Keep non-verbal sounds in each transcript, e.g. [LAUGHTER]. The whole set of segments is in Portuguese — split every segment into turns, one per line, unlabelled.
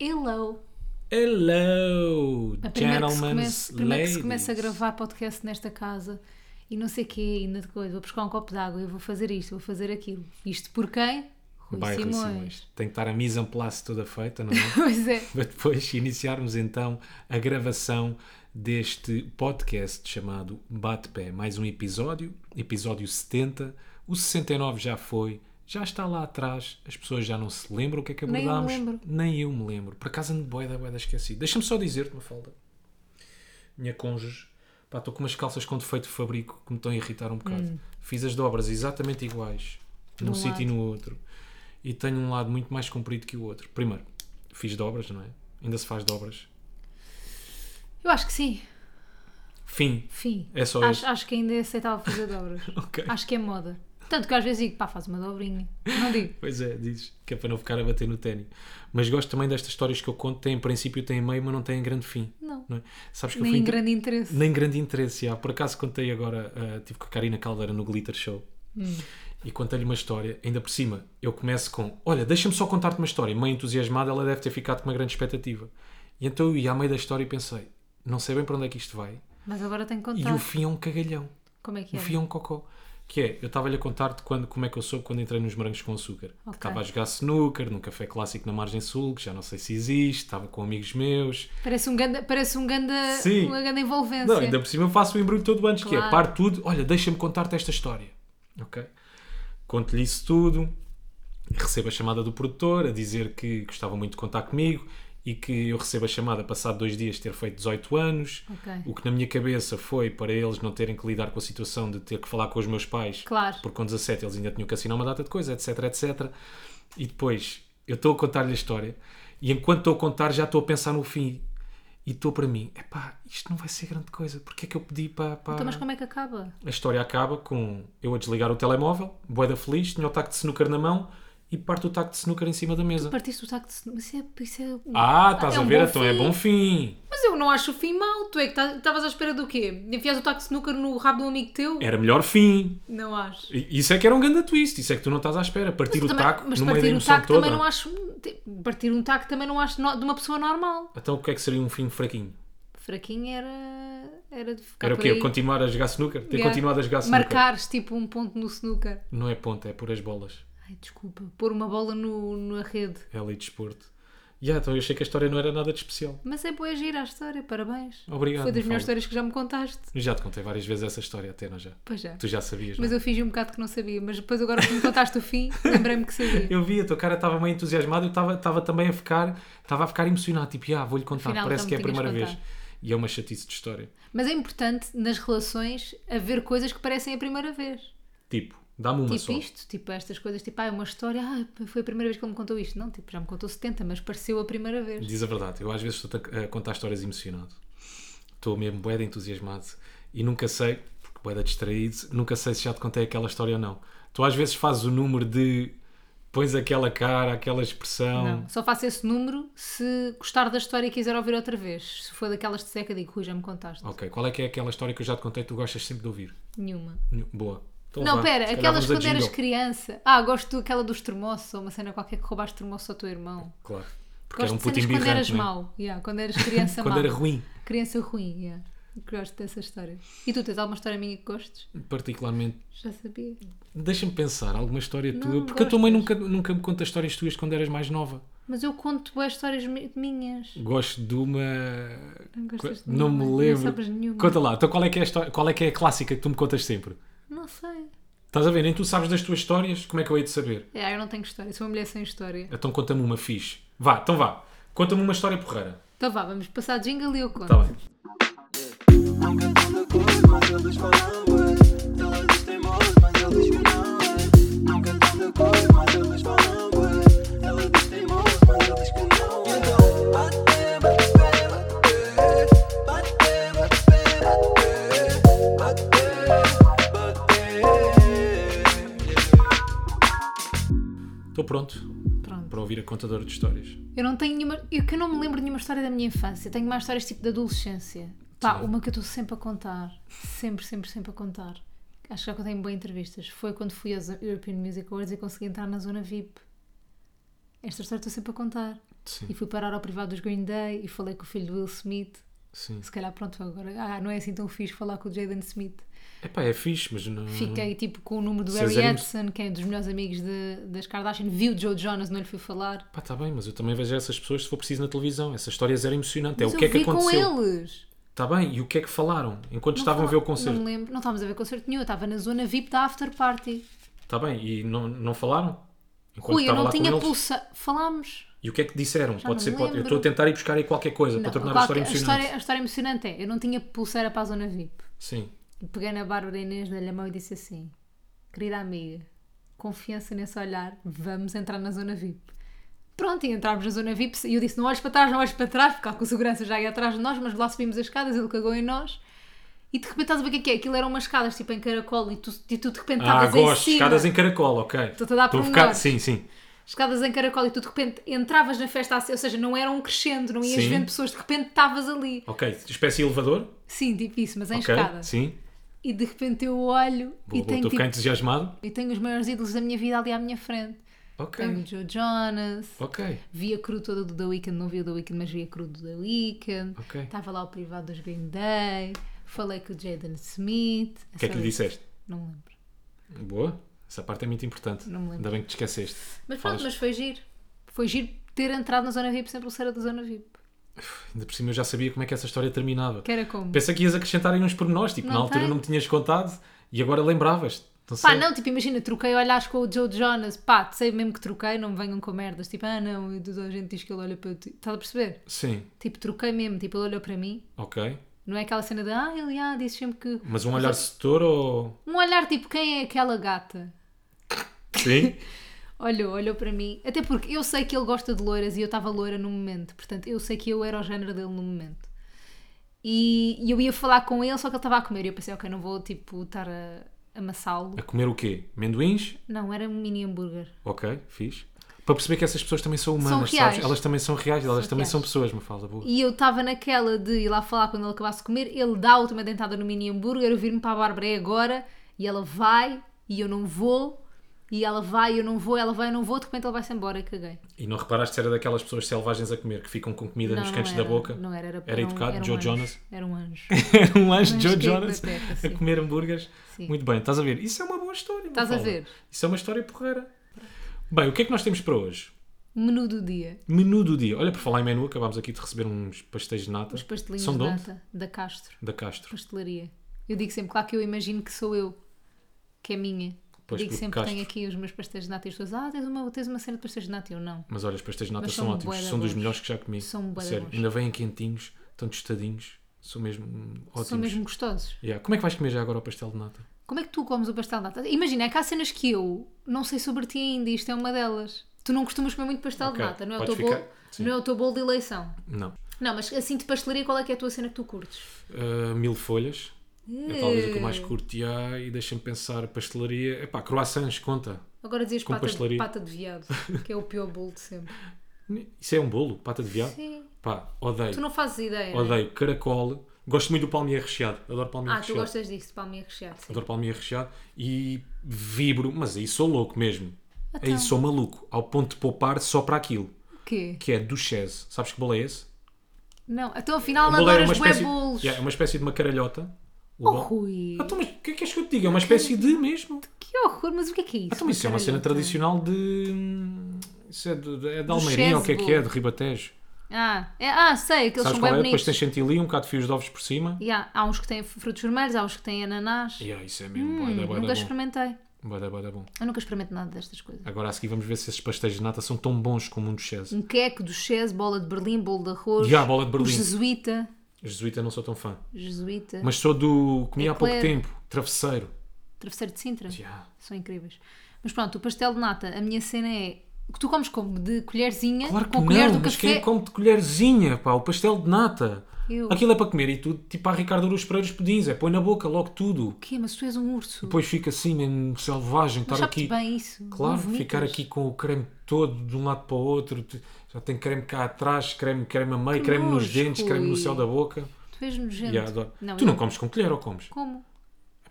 Hello!
Hello,
É A primeira que se
gentlemen,
comece- primeiro que se começa a
ladies.
gravar podcast nesta casa e não sei o quê, ainda de coisa, vou buscar um copo de água, eu vou fazer isto, vou fazer aquilo. Isto por quem? Rui
Vai, Rui
Simões.
Simões. Tem que estar a mise en place toda feita, não é?
[LAUGHS]
[LAUGHS]
Pois é.
Para depois iniciarmos então a gravação deste podcast chamado Bate-Pé. Mais um episódio, episódio 70. O 69 já foi, já está lá atrás. As pessoas já não se lembram o que é que
Nem eu me
abordámos.
lembro.
Nem eu me lembro. Por acaso ando boeda, boeda esquecido. Deixa-me só dizer-te, Mafalda. Minha cônjuge. Pá, estou com umas calças com defeito de fabrico que me estão a irritar um bocado. Fiz as dobras exatamente iguais, num
um
sítio
Hum. lado.
e no outro. E tenho um lado muito mais comprido que o outro. Primeiro, fiz dobras, não é? Ainda se faz dobras.
Eu acho que sim.
Fim.
Fim.
É só
Acho, acho que ainda é aceitável fazer dobras.
[LAUGHS] Ok.
acho que é moda. Tanto que às vezes digo, pá, faz uma dobrinha. Não digo.
Pois é, dizes, que é para não ficar a bater no ténis. Mas gosto também destas histórias que eu conto, têm princípio, têm meio, mas não têm grande fim.
Não.
é? Sabes que eu
Nem
fui
em
inter-
grande interesse.
Nem grande interesse, já. Por acaso contei agora, ah, tive com a Karina Caldeira no Glitter Show. E contei-lhe uma história, ainda por cima, eu começo com: Olha, deixa-me só contar-te uma história. Meio entusiasmada, ela deve ter ficado com uma grande expectativa. E então eu ia à meio da história e pensei: Não sei bem para onde é que isto vai.
Mas agora tenho que
E
contar.
o fim é um cagalhão.
Como é que
O
é?
fio é um cocó. Que é, eu estava-lhe a contar de quando, como é que eu soube quando entrei nos morangos com açúcar.
Ok.
Estava a jogar snooker num café clássico na margem sul, que já não sei se existe, estava com amigos meus.
Parece um ganda, parece um ganda,
Sim.
uma ganda envolvência.
Não, ainda por cima eu faço o embrulho todo antes, que é,
é assim. Claro.
paro tudo, olha, deixa-me contar-te esta história. Ok? Conto-lhe isso tudo, recebo a chamada do produtor a dizer que gostava muito de contar comigo e que eu recebo a chamada passado dois dias de ter feito 18 anos.
Ok.
O que na minha cabeça foi para eles não terem que lidar com a situação de ter que falar com os meus pais
Claro.
porque com 17 eles ainda tinham que assinar uma data de coisa, etc, etc. E depois eu estou a contar-lhe a história e enquanto estou a contar já estou a pensar no fim e estou para mim, epá, isto não vai ser grande coisa, porque é que eu pedi para... para-
Então, mas como é que acaba?
A história acaba com eu a desligar o telemóvel, boeda feliz, tinha o taco de snooker na mão e parto o taco de snooker em cima da mesa.
Partiste o tacto. de- Mas isso é. Isso é um-
Ah, estás
É
a
um
ver,
bom
então é
fim.
bom fim.
Mas eu não acho o fim mau. Tu é que estavas à espera do quê? Enfias o tacto de snooker no rabo de um amigo teu?
Era melhor fim.
Não acho.
E- Isso é que era um grande twist, isso é que tu não estás à espera. Partir o
Também-
taco
mas
no meio da
partir o
emoção
taco
toda.
também não acho. te- Partir um taco também não acho no- de uma pessoa normal.
Então o que é que seria um fim fraquinho?
Fraquinho era. Era de ficar
Era o
por
quê?
aí.
Continuar a jogar snooker? Ter
Yeah.
continuado a jogar snooker?
Marcares tipo um ponto no snooker.
Não é ponta, é pôr as bolas.
Ai, desculpa. Pôr uma bola no, na rede.
É ali desporto. Yeah, então eu achei que a história não era nada de especial.
Mas é boa gira a história, parabéns.
Obrigado,
Foi das melhores
Mafalda.
histórias que já me contaste.
Eu já te contei várias vezes essa história, até não já.
Pois já.
Tu já sabias,
Mas
não? é?
eu fingi um bocado que não sabia, mas depois agora que me contaste o
[LAUGHS]
fim, lembrei-me que sabia.
Eu vi, a tua cara estava meio entusiasmada, eu estava- estava também a ficar, estava a ficar emocionado, tipo, ah, vou-lhe contar,
Afinal,
parece
já
que
me
é a primeira
tinhas
vez. E é uma chatice de história.
Mas é importante nas relações haver coisas que parecem a primeira vez.
Tipo, dá-me uma
tipo
só.
isto, tipo estas coisas, tipo, ah, é uma história, ah, foi a primeira vez que ele me contou isto. Não, tipo, já me contou 70, mas pareceu a primeira vez.
Diz a verdade, eu às vezes estou a contar histórias emocionado. Estou mesmo boeda entusiasmado e nunca sei, porque boeda distraído, nunca sei se já te contei aquela história ou não. Tu às vezes fazes o número de pões aquela cara, aquela expressão.
Não, só faço esse número se gostar da história e quiser ouvir outra vez. Se for daquelas de seca, digo, Rui, já me contaste.
Ok, qual é que é aquela história que eu já te contei que tu gostas sempre de ouvir?
Nenhuma.
Boa. Então
Não,
vá,
pera,
se calhar
aquelas
vamos a
quando eras
jingle.
criança. Ah, gosto daquela dos termossos, ou uma cena qualquer que roubaste termoço ao teu irmão.
Claro. Porque
Gosto
era um
de cenas
putinho
quando
birrante,
eras
não é?
mau. Yeah, quando eras criança
[LAUGHS] Quando
mau.
era ruim.
Criança ruim, yeah. Gosto dessa história. E tu tens alguma história minha que gostes?
Particularmente.
Já sabia.
Deixa-me pensar, alguma história
Não,
tua?
não
Porque a tua mãe nunca,
gostas.
nunca me conta histórias tuas quando eras mais nova.
Mas eu conto boas histórias mi- minhas.
Gosto de uma.
Não gostas de
não
nenhuma,
me
não
lembro.
sabes nenhuma.
Conta lá, então qual é, que é a histó- qual é que é a clássica que tu me contas sempre?
Não sei.
Estás a ver? Nem tu sabes das tuas histórias, como é que eu hei de saber?
É, eu não tenho história. Sou uma mulher sem história.
Então conta-me uma fixe. Vá, então vá. Conta-me uma história porreira.
Então vá, vamos passar jingle e eu conto.
Está bem.
Nunca estou de acordo, mas eles falam, ué. Eles têm modos, mas eles que não, ué. Nunca estou de acordo, mas eles falam, ué. Eles têm modos, mas eles que não, ué. Então, bate, bate, bate, bate. Bate, bate, bate, bate, bate. Yeah.
Estou pronto
Pronto.
para ouvir a contadora de histórias.
Eu não tenho nenhuma. Eu que não me lembro de nenhuma história da minha infância. Tenho mais histórias tipo da adolescência. Pá,
Sim.
uma que eu estou sempre a contar. Sempre, sempre, sempre a contar. Acho que já contei em boas entrevistas. Foi quando fui aos European Music Awards e consegui entrar na zona VIP. Esta história estou sempre a contar.
Sim,
E fui parar ao privado dos Green Day e falei com o filho do Will Smith.
sim.
Se calhar, pronto, agora. Ah, não é assim tão fixe falar com o Jaden Smith.
Epá, é fixe, mas não...
Fiquei tipo com o número do
Se
Harry
fizermos-
Edson, que é um dos melhores amigos de, das Kardashian. Vi o Joe Jonas, não lhe fui falar.
Pá, tá bem, mas eu também vejo essas pessoas se for preciso na televisão. Essa história é zero emocionante.
Mas
é o
eu
que é que
vi com
aconteceu.
eles.
Tá bem, e o que é que falaram enquanto
Não
estavam a ver
fala-
o concerto?
Não me lembro, não estávamos a ver concerto nenhum, eu estava na zona VIP da after party.
Tá bem, e não, não falaram? Enquanto
Rui, eu
estava
não
lá com
tinha
eles?
pulsa. Falámos.
E o que é que disseram?
Já
pode
não
ser,
me
pode... Eu
lembro.
estou a tentar ir buscar aí qualquer coisa
Não,
para tornar
qualquer-
Então, a história emocionante.
história- a história emocionante é: eu não tinha pulseira para a zona VIP.
Sim.
E peguei na Bárbara Inês, dei-lhe a mão e disse assim: Querida amiga, confiança nesse olhar, vamos entrar na zona VIP. Pronto, e entrámos na zona VIP. E eu disse: Não olhes para trás, não olhes para trás, porque há com segurança já ia atrás de nós, mas lá subimos as escadas, ele cagou em nós. E de repente estás a ver o que é que é? Aquilo eram umas escadas tipo em caracol e tu, e tu de repente
Ah,
estavas em
gosto.
cima.
Escadas em caracol, ok.
Estou-te a dar
Estou
pormenores.
Sim, sim.
escadas em caracol e tu de repente entravas na festa, assim, ou seja, não era um crescendo, não ias
Sim.
vendo pessoas, de repente estavas ali.
Ok, espécie de elevador.
Sim, tipo isso, mas em
ok,
escada.
sim.
E de repente eu olho
Boa,
e,
boa.
tenho,
Estou a ficar
tipo,
entusiasmado.
e tenho os maiores ídolos da minha vida ali à minha frente.
Ok,
Tenho o Joe Jonas,
ok,
vi a crew toda do The Weeknd, não vi o The Weeknd, mas vi a crew do The Weeknd.
ok.
Estava lá o privado dos Green Day, falei com o Jaden Smith.
O que é que lhe disseste?
Não me lembro.
Boa. Essa parte é muito importante.
Não me lembro.
Ainda bem que te esqueceste.
Mas pronto,
Falas-
mas foi giro. Foi giro ter entrado na zona VIP sem pulseira da zona VIP.
Ainda por cima eu já sabia como é que essa história terminava.
Que era como?
Pensa que ias acrescentar aí uns pormenores, tipo,
Não
na altura
tem.
não me tinhas contado e agora lembravas. Não sei.
Pá, não, tipo, imagina, troquei olhares com o Joe Jonas, pá, sei mesmo que troquei, não me venham com merdas, tipo, ah não, e toda a gente diz que ele olha para ti, estás a perceber?
Sim,
Tipo, troquei mesmo, tipo, ele olhou para mim,
ok.
não é aquela cena de, ah, ele, ah, disse sempre que...
Mas um olhar setor ou.
Um olhar, tipo, quem é aquela gata?
Sim.
Olhou, olhou para mim, até porque eu sei que ele gosta de loiras e eu estava loira no momento, portanto, eu sei que eu era o género dele no momento. E, e eu ia falar com ele, só que ele estava a comer, e eu pensei, ok, não vou, tipo, estar a amassá-lo.
A comer o quê? Amendoins?
Não, era um mini hambúrguer.
Ok, fiz. Para perceber que essas pessoas também são humanas,
São
sabes?
reais.
Elas também são reais, elas também
reais.
são pessoas, me fala boa.
E eu estava naquela de ir lá falar quando ele acabasse de comer, ele dá a última dentada no mini hambúrguer, eu viro-me para a Bárbara é agora, e ela vai, e eu não vou, e ela vai, eu não vou, ela vai, eu não vou, de repente ele vai-se embora, caguei.
E não reparaste se era daquelas pessoas selvagens a comer que ficam com comida
Não,
nos
não
cantos
era,
da boca?
Não era, era,
Era educado,
um
Joe
anjo. [LAUGHS]
Jonas?
Era um anjo.
Era um lanche
Mas
de Joe
que é
Jonas
pateta,
[LAUGHS] a
sim.
comer hambúrgueres.
Sim.
Muito bem, estás a ver? Isso é uma boa história.
Estás a
Mafalda.
ver?
Isso é uma história porreira. Bem, o que é que nós temos para hoje?
Menu do dia,
Menu do dia. Olha, por falar em menu, acabámos aqui de receber uns pastéis de nata.
os pastelinhos
São
de
onde?
nata, da Castro,
Da Castro.
pastelaria. Eu digo sempre, claro que eu imagino que sou eu, que é minha.
Pois,
digo
porque
sempre,
Castro-
tenho aqui os meus pastéis de nata e as pessoas, ah, tens uma, tens uma cena de pastéis de nata, eu não.
Mas olha, os pastéis de nata
Mas
são,
são
ótimos.
bué da
São dos
bons.
melhores que já comi.
São bué da
Sério,
bons.
ainda vêm quentinhos, estão tostadinhos. São mesmo ótimos.
São mesmo gostosos.
Yeah. Como é que vais comer já agora o pastel de nata?
Como é que tu comes o pastel de nata? Imagina, é que há cenas que eu não sei sobre ti ainda, isto é uma delas. Tu não costumas comer muito pastel
Ok,
de nata, não é, o
podes
teu
ficar-
bolo,
sim.
não é o teu bolo de eleição.
Não.
Não, mas assim de pastelaria, qual é que é a tua cena que tu curtes?
Uh, mil folhas. É talvez o que eu
Eh.
mais curto. Yeah. E deixa-me pensar, pastelaria. Epá, croissants, conta.
Agora dizias pata de,
pastelaria.
pata de viado, que é o pior bolo de sempre.
Isso é um bolo, pata de
[LAUGHS]
viado.
Sim.
Pá, odeio.
Tu não fazes ideia. não é?
Odeio caracol. Gosto muito do palmier recheado. Adoro palmier
Ah, tu
recheado.
gostas disso, de palminha recheado. Sim.
Adoro palmier recheado. E vibro, mas aí sou louco mesmo. Aí
Então.
sou maluco. Ao ponto de poupar só para aquilo.
O quê?
Que é duchesse. Sabes que bolo é esse?
Não, então afinal
bolo é
adoras bué
espécie,
bolos.
Yeah, é uma espécie de uma caralhota. O
Oh,
bolo-
Rui,
Ah, então, mas o que é que és que eu te digo? É uma espécie de mesmo.
que horror, mas o que é que é isso?
Ah, Então, isso é uma cena
caralhota?
tradicional de. hum, Isso é de, de- é de Almeirinha, ou o que é que é?
Chesebolo.
De Ribatejo.
Ah, é- ah, sei, aqueles
Sabes
são
qual
bem
é? Depois
bonitos. Hum,
tens chantilly, um bocado de fios de ovos por cima.
Yeah, há uns que têm frutos vermelhos, há uns que têm ananás.
Yeah, isso é mesmo. Hum,
Hum,
boa, boa,
nunca
boa,
experimentei.
Bué da, bué da bom.
Eu nunca experimento nada destas coisas.
Agora a seguir vamos ver se esses pastéis de nata são tão bons como um do Chese.
Um queque, duchesse, bola de berlim, bolo de arroz.
E há a bola de
o
Berlim.
jesuíta.
Jesuíta não sou tão fã.
Jesuíta.
Mas sou do. Comi
É
há pouco
Eclair.
tempo. Travesseiro.
Travesseiro de Sintra.
Yeah.
São incríveis. Mas pronto, o pastel de nata, a minha cena é... que Tu comes como? De colherzinha?
Claro que
com a
não,
colher do
mas
café?
quem come de colherzinha, pá, o pastel de nata.
Eu.
Aquilo é para comer e tudo, tipo a Ricardo Aruz Pereira os pedins, é põe na boca logo tudo.
O quê? Mas tu és um urso.
Depois fica assim, mesmo selvagem,
Mas
estar
sabe-te
aqui.
bem isso. Não
Claro,
vomitas.
ficar aqui com o creme todo de um lado para o outro, te- já tem creme cá atrás, creme, creme a meio,
Que
creme nos
nojo,
dentes, creme no
Rui.
céu da boca.
Tu és nojento.
Yeah, adoro.
Não,
tu
eu
não comes com colher ou comes?
Como?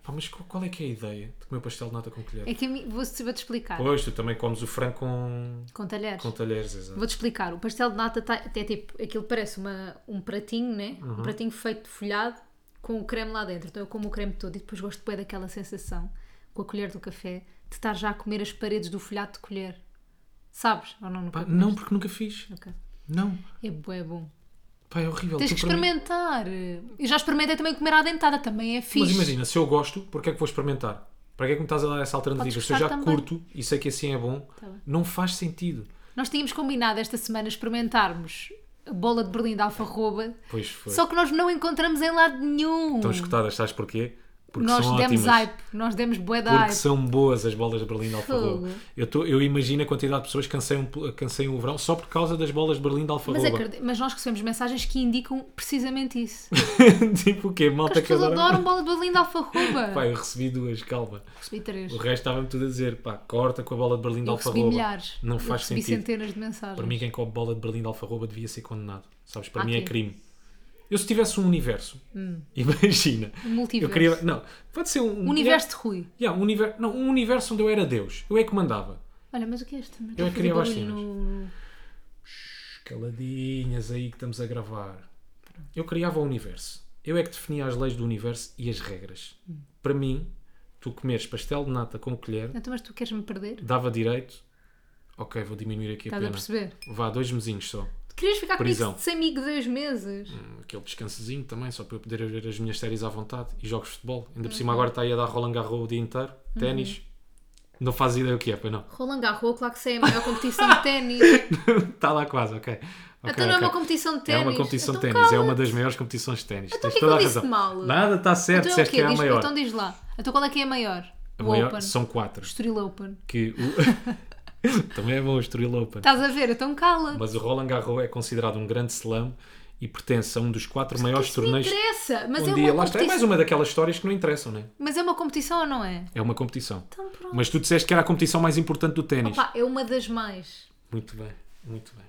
Pá, mas qual qual é que é a ideia de comer pastel de nata com colher?
É que a mim- vou, vou-te explicar.
Pois, tu também comes o frango com,
Com talheres.
com talheres, exato.
Vou-te explicar. O pastel de nata tá, é tipo, aquilo parece uma, um pratinho, né?
Uhum.
Um pratinho feito de folhado com o creme lá dentro. Então eu como o creme todo e depois gosto bem daquela sensação, com a colher do café, de estar já a comer as paredes do folhado de colher. Sabes? Ou não? Nunca
Pá,
comeste?
não, porque nunca fiz.
Nunca.
Não.
É bom, é bom.
Pá, é horrível.
Tens
Tu
que
para mim-
experimentar. Eu já experimentei também comer à dentada, também é
Mas
fixe.
imagina, se eu gosto, porque é que vou experimentar? Para que é que me estás a dar essa alternativa?
Podes
Se eu já
gostar também. Tá
curto e sei que assim é bom,
bem.
não faz sentido.
Nós tínhamos combinado esta semana experimentarmos a bola de Berlim da alfarroba,
Pois Então foi.
só que nós não encontramos em lado nenhum.
Estão escutadas, sabes porquê? Porque
nós
são
demos
ótimas.
hype, nós demos bué de
Porque
hype.
são boas as bolas de Berlim de
Fogo.
Alfarroba. Eu, tô- eu imagino a quantidade de pessoas que anseiam, pl- que anseiam o verão só por causa das bolas de Berlim de
Mas,
Alfarroba.
acredito- mas nós recebemos mensagens que indicam precisamente
[LAUGHS]
isso.
tipo o quê?
As
Malta que
pessoas
adora.
adoram bola de Berlim de alfarroba.
Pá, eu recebi duas, calma.
Recebi três.
O resto estava-me tudo a dizer, pá, corta com a bola de Berlim de
Eu recebi
Alfarroba.
milhares.
Não
Eu
faz
recebi
sentido.
centenas de mensagens.
Para mim, é- quem come bola de Berlim de Alfarroba devia ser condenado. Sabes? Para
Ah, Hum.
mim é
quê?
crime. Eu, se tivesse um universo, [LAUGHS] imagina.
Um multiverso.
Eu queria. Não, pode ser um.
Universo de Rui.
Yeah, um universo, não, um universo onde eu era Deus. Eu é que mandava.
Olha, mas o que é este?
Eu é que queria
fazer
baixinhas.
barulho no-
Escaladinhas aí que estamos a gravar. Eu criava o universo. Eu é que definia as leis do universo e as regras.
Hum.
Para mim, tu comeres pastel de nata com colher,
Então, mas tu queres me perder?
dava direito. Ok, vou diminuir aqui a
Estás a
pena.
perceber?
Vá, dois mesinhos só.
Querias ficar
Prisão.
comigo sem amigo dois meses?
Hum, Aquele descansozinho também, só para eu poder ver as minhas séries à vontade e jogos de futebol. Ainda por cima
Uhum.
agora está aí a dar Roland Garros o dia inteiro. Ténis. Não faz ideia o que é, pois não. [LAUGHS]
Roland Garros, claro que sei, é a maior competição de ténis.
Está lá quase, ok. Ok,
Então não é
ok.
uma competição de
É
ténis.
uma competição de
Então
ténis, é
cala-te.
uma das maiores competições de ténis.
o que é que eu disse de mal?
Nada, está certo,
Então é o
disseste
quê?
que era a
Diz-
maior.
Então diz lá. Então qual é que é a maior?
A
o
maior
Open.
são quatro.
Estoril Open.
Que
[LAUGHS]
o- Também é bom o Estoril Open.
Estás a ver? Então cala.
Mas o Roland Garros é considerado um grande slam e pertence a um dos quatro maiores
Isso me
torneios.
interessa. Mas,
um
é uma
dia lá está. É
competição...
mais uma daquelas histórias que não interessam, né?
mas é uma competição ou não é?
É uma competição.
Então pronto.
Mas tu disseste que era a competição mais importante do ténis.
Opa, é uma das mais.
Muito bem, muito bem.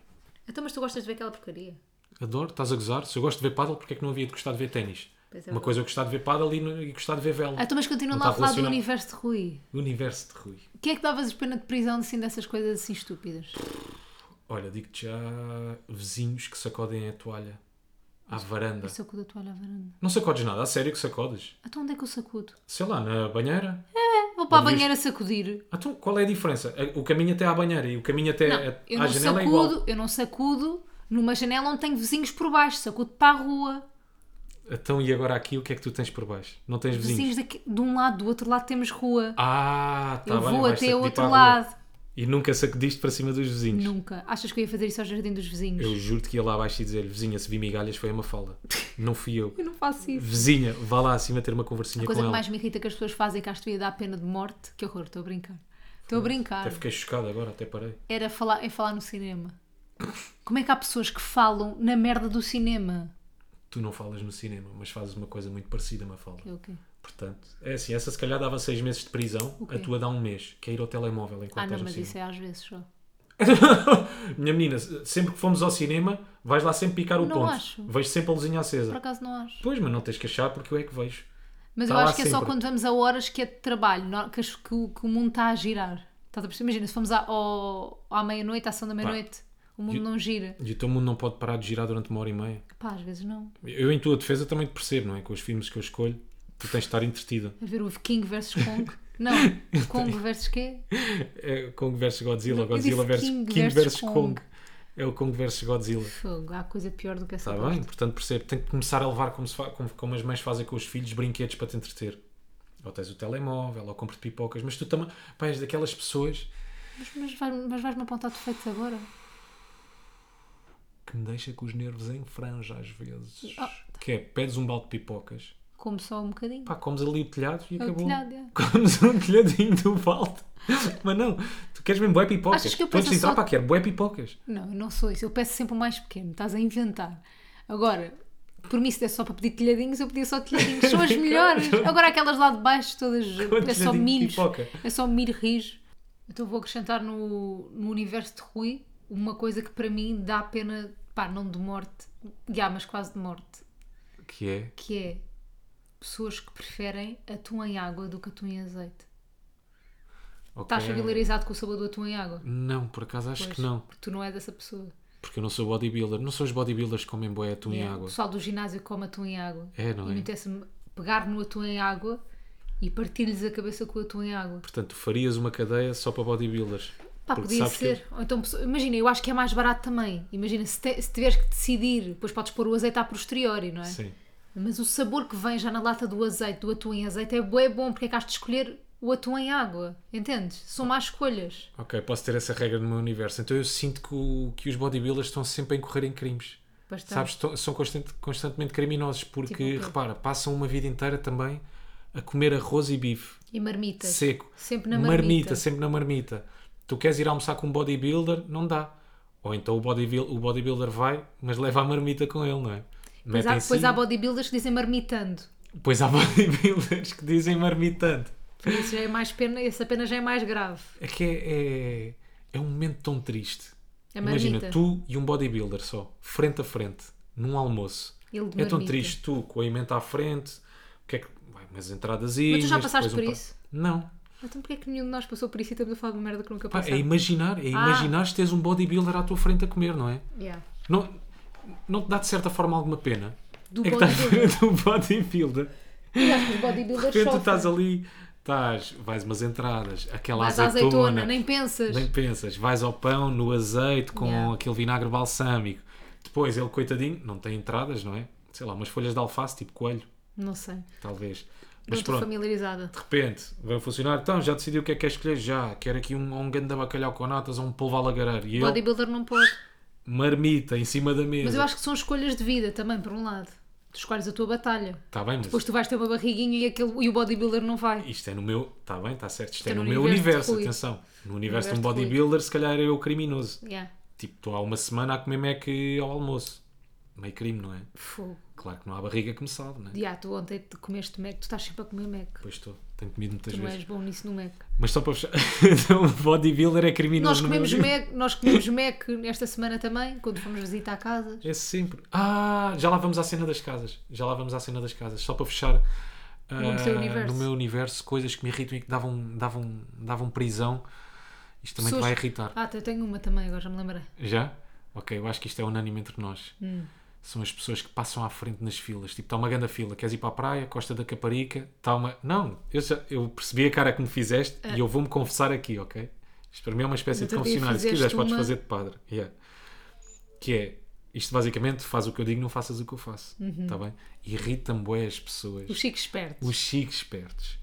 Então, mas tu gostas de ver aquela porcaria?
Adoro, estás a gozar. Se eu gosto de ver paddle, porque é que não havia de gostar de ver ténis?
Pois é
uma
verdade.
coisa eu gostar de ver paddle e, não- e gostar de ver vela.
Ah, então, mas continua
Não
lá a
está
falar do
relacionado.
universo de Rui.
Universo de Rui.
O que é que davas pena de prisão assim dessas coisas assim estúpidas?
Olha, digo-te já vizinhos que sacodem a toalha à varanda.
Eu sacudo a toalha à varanda.
Não sacodes nada, a sério que sacodes.
Então onde é que eu sacudo?
Sei lá, na banheira.
Vou para a
Devias-
banheira sacudir.
Ah, Então, qual é a diferença? É, O caminho até à banheira e o caminho até
Não,
a-
eu
à
não
janela é
sacudo,
igual.
eu não sacudo numa janela onde tenho vizinhos por baixo, sacudo para a rua.
Então, e agora aqui, o que é que tu tens por baixo? Não tens vizinhos?
Vizinhos daqui- de um lado, do outro lado temos rua.
Ah, tá
eu
bem.
vou
vais
até
sacudir
ao
para a
outro
rua.
lado.
E nunca sacudiste para cima dos vizinhos?
Nunca. Achas que eu ia fazer isso ao jardim dos vizinhos?
Eu juro-te que ia lá abaixo e dizer, vizinha, se vi migalhas foi uma falda. Não fui eu.
Eu não faço isso.
Vizinha, vá lá acima ter uma conversinha
A
com
coisa que
ela.
mais me irrita que as pessoas fazem que acho que ia dar pena de morte. Que horror, estou a brincar. Estou a brincar.
Até fiquei chocado agora, até parei.
Era falar, é falar no cinema. Como é que há pessoas que falam na merda do cinema?
Tu não falas no cinema, mas fazes uma coisa muito parecida, Mafalda.
Eu, ok.
Portanto, é assim, essa se calhar dava seis meses de prisão,
O quê?
a tua dá um mês, que é ir ao telemóvel
Ah,
enquanto
não,
estás no
mas
cinema.
isso é às vezes só.
Minha menina, se- sempre que fomos ao cinema, vais lá sempre picar o
Não
ponto.
acho.
Vejo sempre a luzinha
Por
acesa.
acaso não acho.
Pois, mas não tens que achar porque eu é que vejo.
Mas
Tá
eu
lá
acho que é só
sempre.
quando vamos a horas que é de trabalho, no- que, as- que o, que o mundo está a girar. Estás a perceber? Imagina, se fomos à, ao- à meia-noite, à ação da meia-noite, o mundo
E-
não gira.
E o teu mundo não pode parar de girar durante uma hora e meia.
Pá, às vezes não.
Eu, em tua defesa, também te percebo, não é? Com os filmes que eu escolho, tu tens de estar entretida.
A ver o King versus
[LAUGHS]
Kong. Não, Kong versus quê?
É Kong vs Godzilla,
Não, eu
Godzilla
disse
vs
King
King,
versus
versus
Kong.
Kong. É o Kong vs Godzilla.
Fogo, há coisa pior do que essa
Está
bosta.
Tá bem, portanto percebo. Tem que começar a levar como, se fa- como, como as mães fazem com os filhos brinquedos para te entreter. Ou tens o telemóvel, ou compras pipocas, mas tu também pá, és daquelas pessoas
Mas, mas vai- mas vais-me apontar defeitos agora?
que me deixa com os nervos em franja às vezes.
Ah.
Que é, pedes um balde de pipocas,
Como só um bocadinho.
pá, comes ali o telhado e
É o
acabou.
telhado, é.
Comes um telhadinho do balde. mas não, tu queres mesmo bué pipocas.
Achas que eu
Podes
peço
dizer,
só-
"Ah, pá, quero bué pipocas.
Não, eu não sou isso. Eu peço sempre o mais pequeno. Estás a inventar. Agora, por mim, se desse só para pedir telhadinhos, eu pedia só telhadinhos.
[LAUGHS]
São as melhores. Agora, aquelas lá de baixo, todas. É só
telhadinho de
milhos.
pipoca.
É só milho rijo. Então, vou acrescentar no, no universo de Rui uma coisa que para mim dá pena, pá, não de morte, já, mas quase de morte.
Que é,
Que é pessoas que preferem atum em água do que atum em azeite.
Ok.
Estás familiarizado com o sabor do atum em água?
Não, por acaso acho
Pois,
que não.
Porque tu não és dessa pessoa.
Porque eu não sou bodybuilder. Não são os bodybuilders que comem boé atum em
Yeah. O
água.
pessoal do ginásio come atum em água.
É, não
e
é?
me interessa-me pegar no atum em água e partir-lhes a cabeça com o atum em água.
Portanto, tu farias uma cadeia só para bodybuilders.
Pá,
Porque
podia
sabes que-
ser. Ou então, pessoa- imagina, eu acho que é mais barato também. Imagina, se, te- se tiveres que decidir, depois podes pôr o azeite a posteriori, não é?
Sim.
Mas o sabor que vem já na lata do azeite, do atum em azeite, é bué bom, porque é que has de escolher o atum em água, entendes? São más escolhas.
Ok, posso ter essa regra no meu universo. Então eu sinto que, o- que os bodybuilders estão sempre a incorrer em crimes.
Bastante.
Sabes, to- são constant- constantemente criminosos porque,
Tipo o quê?
repara, passam uma vida inteira também a comer arroz e bife
E marmitas.
seco.
Sempre na marmita.
sempre na marmita. Tu queres ir almoçar com um bodybuilder? Não dá. Ou então o, bodybuil- o bodybuilder vai, mas leva a marmita com ele, não é?
Pois há,
Metem-se-
depois há bodybuilders que dizem marmitando.
Pois há [LAUGHS] bodybuilders que dizem marmitante.
Por isso já é mais pena, essa pena já é mais grave.
É que é, é, é um momento tão triste.
É
Imagina,
marmita.
tu e um bodybuilder só, frente a frente, num almoço.
Ele de
É tão
marmita.
triste, tu com a emenda à frente, o que é que. Vai, umas entradas e.
Mas tu já passaste por isso?
Não.
Então porquê é que nenhum de nós passou por isso e estamos a falar de uma merda que nunca
Pá, é
passamos?
imaginar,
Ah.
é imaginar se tens um bodybuilder à tua frente a comer, não é?
Yeah.
Não, não te dá de certa forma alguma pena?
Do
é que estás [LAUGHS]
bodybuilder.
frente a um bodybuilder.
E acho que os
De
bodybuilders
repente tu estás
sofrem.
ali, estás, vais umas entradas, aquela
Vais à
azeitona,
azeitona, nem pensas.
nem pensas, vais ao pão no azeite com
Yeah.
aquele vinagre balsâmico. Depois ele, coitadinho, não tem entradas, não é? Sei lá, umas folhas de alface, tipo coelho,
Não sei.
talvez.
Não
Mas
estou
pronto,
familiarizada.
de repente, vai o funcionário, então já decidiu o que é que quer escolher? Já, quer aqui um, um grande bacalhau com natas ou um polvo alagareiro. E ele,
Bodybuilder não pode.
marmita em cima da
Mas
mesa.
eu acho que são escolhas de vida também, por um lado. Tu escolhes a tua batalha.
Está Tá bem, mas
Depois tu vais ter uma barriguinha e, aquele, e o bodybuilder não vai.
Isto é no meu. Está bem, está certo. Isto
Isto
é
é
no,
no
meu
universo de
universo,
Rui.
atenção. No universo
universo
de um
de Rui.
bodybuilder, se calhar eu o criminoso.
Yeah.
Tipo, estou há uma semana a comer Mac ao almoço. Meio crime, não é?
Fogo.
Claro que não há barriga que me salve, não é?
Yeah, tu ontem te comeste Mac, tu estás sempre a comer Mac.
Pois estou. Tenho comido muitas
Tu não
vezes.
és bom nisso no Mac.
Mas só para fechar. [LAUGHS] então, o bodybuilder é
Nós
criminoso. no meu
comemos,
universo.
Mac, nós comemos Mac nesta semana também, quando fomos visitar
[LAUGHS]
casas.
É sempre. Ah, já lá vamos à cena das casas. Já lá vamos à cena das casas. Só para fechar. ah,
teu universo.
no meu universo, coisas que me irritam e que davam, davam, davam prisão. Isto também
Pessoas-
te vai irritar.
Ah, eu tenho uma também, agora já me lembrei.
Já? Ok, eu acho que isto é unânime entre nós.
Hum.
São as pessoas que passam à frente nas filas. Tipo, está uma grande fila, queres ir para a praia, Costa da Caparica, está uma. Não, eu, já, eu percebi a cara que me fizeste
É.
e eu vou-me confessar aqui, ok? Isto para mim é uma espécie
No
de
outro dia
confessionário. Se
fizeste
quiseres, podes
uma-
fazer de padre. Yeah. Que é, isto basicamente faz o que eu digo, não faças o que eu faço.
Uhum.
Está bem? Irritam-me bué as pessoas.
Os chicos espertos.
Os chiques espertos.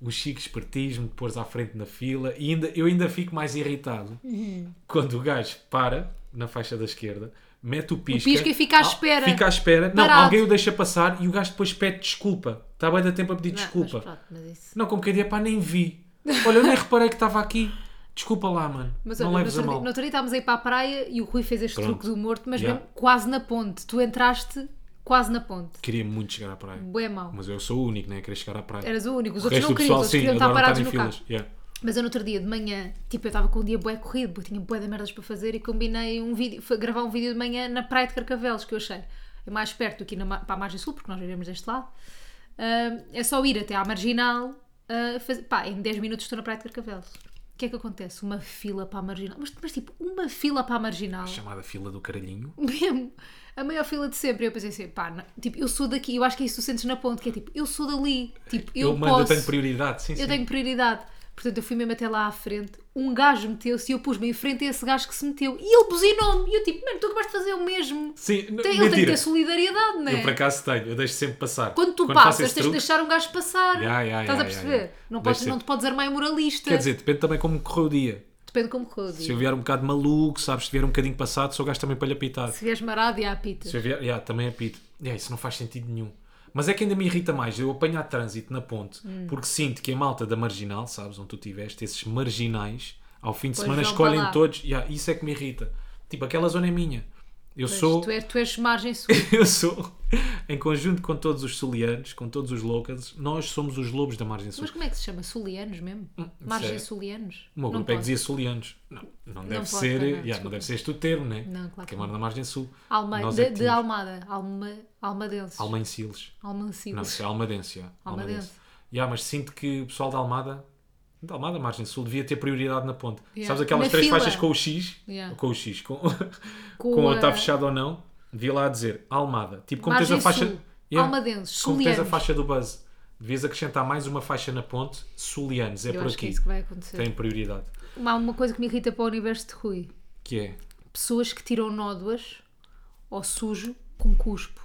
O chique espertismo de pôres à frente na fila. E ainda, eu ainda fico mais irritado
Uhum.
quando o gajo para na faixa da esquerda, mete o pisca.
pisca e fica à
Ah,
espera.
Fica à espera. Não,
Parado.
alguém o deixa passar e o gajo depois pede desculpa. Está bem da tempo a pedir
Não,
desculpa.
Mas pronto, mas isso.
Não, como quem dia, pá, nem vi. Olha, eu nem reparei que estava aqui. Desculpa lá, mano.
Mas
não
olha, no
leves
outro,
a
dia,
mal.
no outro dia estávamos aí para a praia e o Rui fez este
Pronto.
truque do morto, mas
Já.
mesmo quase na ponte. Tu entraste quase na ponte.
Queria muito chegar à praia.
Bué mau.
Mas eu sou o único, né? Queria chegar à praia.
Eras o único. Os
o
outros
resto
não
do
queriam,
pessoal,
os outros
sim,
queriam estar
adoram
parados
estar em
no carro.
filas. Yeah.
Mas eu no outro dia de manhã, tipo, eu estava com um dia bué corrido, porque eu tinha bué de merdas para fazer e combinei um vídeo, foi gravar um vídeo de manhã na praia de Carcavelos, que eu achei é mais perto aqui na, ma- para a margem sul, porque nós vivemos deste lado. Ah, é só ir até à marginal, ah, faz- pá, em 10 minutos estou na praia de Carcavelos. O que é que acontece? Uma fila para a marginal. Mas, mas, tipo, uma fila para a marginal.
Chamada fila do caralhinho.
[LAUGHS] Mesmo. A maior fila de sempre. Eu pensei assim, pá, não- tipo, eu sou daqui. Eu acho que é isso que tu sentes na ponte, que é tipo, eu sou dali. Tipo, eu,
Eu, mando, eu
posso.
tenho prioridade. Sim,
Eu
sim.
tenho prioridade. Portanto, eu fui mesmo até lá à frente. Um gajo meteu-se e eu pus-me em frente a esse gajo que se meteu. E ele buzinou-me. E eu tipo, mano, tu acabaste de fazer o mesmo.
Sim, n-
Tem- ele tem que
mentira.
ter solidariedade, não
Eu por
é?
acaso tenho, eu deixo sempre passar.
Quando tu
faço
passas,
esse
tens de
truque-
deixar um gajo passar.
Ya, ya,
Estás
ya,
a
ya,
perceber?
ya.
Não,
Deixa
podes,
ser.
não te podes armar em moralista.
Quer dizer, depende também como me correu o dia.
Depende como correu.
Se eu
Se
vier um bocado maluco, sabes, se vier um bocadinho passado, sou gajo também para lhe apitar. Se
vieres marado, e há pita.
eu vier, yeah, também apito. Yeah, isso não faz sentido nenhum. Mas é que ainda me irrita mais eu apanhar trânsito na ponte,
Hum.
porque sinto que a malta da marginal, sabes, onde tu estiveste, esses marginais, ao fim de
Pois
semana
vão
escolhem
para lá.
todos. Yeah, isso é que me irrita. Tipo, aquela zona é minha. Eu sou.
Tu, és, tu és margem segura.
[LAUGHS] Eu sou, em conjunto com todos os solianos, com todos os locals, nós somos os lobos da margem sul.
Mas como é que se chama? Solianos mesmo? Margem Solianos?
Hum, O meu
Não
grupo é que
pode.
dizia solianos. Não, não deve
pode,
ser. eh,
não,
yeah, não
desculpa.
deve ser este o termo, né?
Não, claro que
Quem mora
não.
na margem sul.
Alma-
Nós
de,
é que
de
tínhamos-
Almada. Alma, almadenses.
Almanciles. Não,
Almancidos.
isso é Almadense. Yeah.
Almadense.
Yeah, mas sinto que o pessoal da Almada, da Almada, Margem Sul, devia ter prioridade na ponte.
Yeah.
Sabes aquelas
Na
três
fila.
faixas com o X?
Yeah.
Com o X, com,
Com
[LAUGHS] com, o está
a-
fechado ou não, devia lá dizer Almada. Tipo, como
Margem
tens a faixa.
Sul.
Yeah.
Almadenses.
Como tens a
Solianos.
faixa do Buzz, devias acrescentar mais uma faixa na ponte, Solianos, é
Eu
por
acho que é
aqui.
isso que vai acontecer.
Tem prioridade.
Há uma coisa que me irrita para o universo de Rui.
Que é.
Pessoas que tiram nódoas ou sujo com cuspo.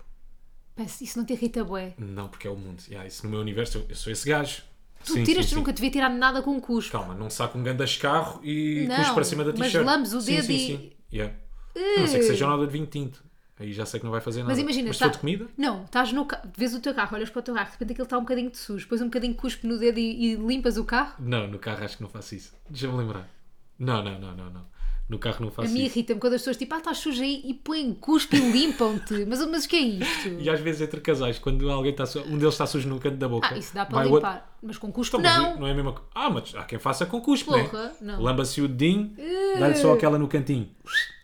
Parece- Isso não te irrita bué.
Não, porque é o mundo. Yeah, isso no meu universo, eu, eu sou esse gajo.
Tu tiras, tu nunca devia tirar nada com cuspo.
Calma, não saco um ganda escarro e
Não,
cuspo para cima da
mas
t-shirt.
lambes o
Sim,
dedo
sim,
e- Eh.
sim. Yeah. A não ser que seja nada de vinho tinto. Aí já sei que não vai fazer nada.
Mas imagina,
Mas se
tá-
for de comida?
Não, estás no carro, vês o teu carro, olhas para o teu carro, de repente aquilo está um bocadinho de sujo, depois um bocadinho de cuspe no dedo e, e limpas o carro.
Não, no carro acho que não faço isso. Deixa-me lembrar. Não, não, não, não, não. No carro não
A
faço
mim
isso.
irrita-me quando as pessoas tipo, ah, estás sujo aí e põem cuspe e limpam-te. Mas, mas o que é isto?
E às vezes entre casais, quando alguém está su- um deles está sujo no canto da boca.
Ah, isso dá para
vai o outro-
limpar. Mas com cuspe
Então, mas
não.
é a mesma coisa. Ah, mas há quem faça com cuspo,
Porra,
né?
não.
Lamba-se o dedinho, dá-lhe só aquela no cantinho.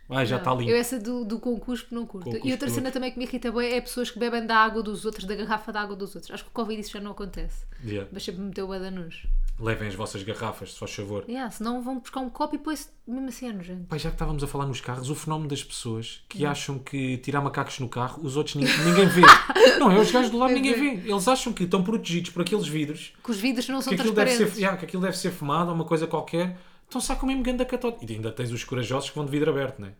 Vai, já está é- tá limpo.
Eu é essa do, do com cuspe não curto.
Com
e
cuspe
outra
não
cena
curto.
também que me irrita bem é pessoas que bebem da água dos outros, da garrafa de água dos outros. Acho que o Covid isso já não acontece.
Yeah.
Mas sempre me deu bué da nojo.
Levem as vossas garrafas, se faz favor.
Yeah, senão vão buscar um copo e põe-se mesmo assim é nojento.
Pá, já que estávamos a falar nos carros, o fenómeno das pessoas que
Hum.
acham que tirar macacos no carro, os outros ninguém,
[LAUGHS]
ninguém vê. não, é os gajos do lado,
Pois
ninguém
é.
vê. Eles acham que estão protegidos por aqueles vidros,
Que os vidros não são
que aquilo, deve
transparentes.
ser, yeah, que aquilo deve ser fumado ou uma coisa qualquer. Então sai com o mesmo ganda católico. E ainda tens os corajosos que vão de vidro aberto, não é?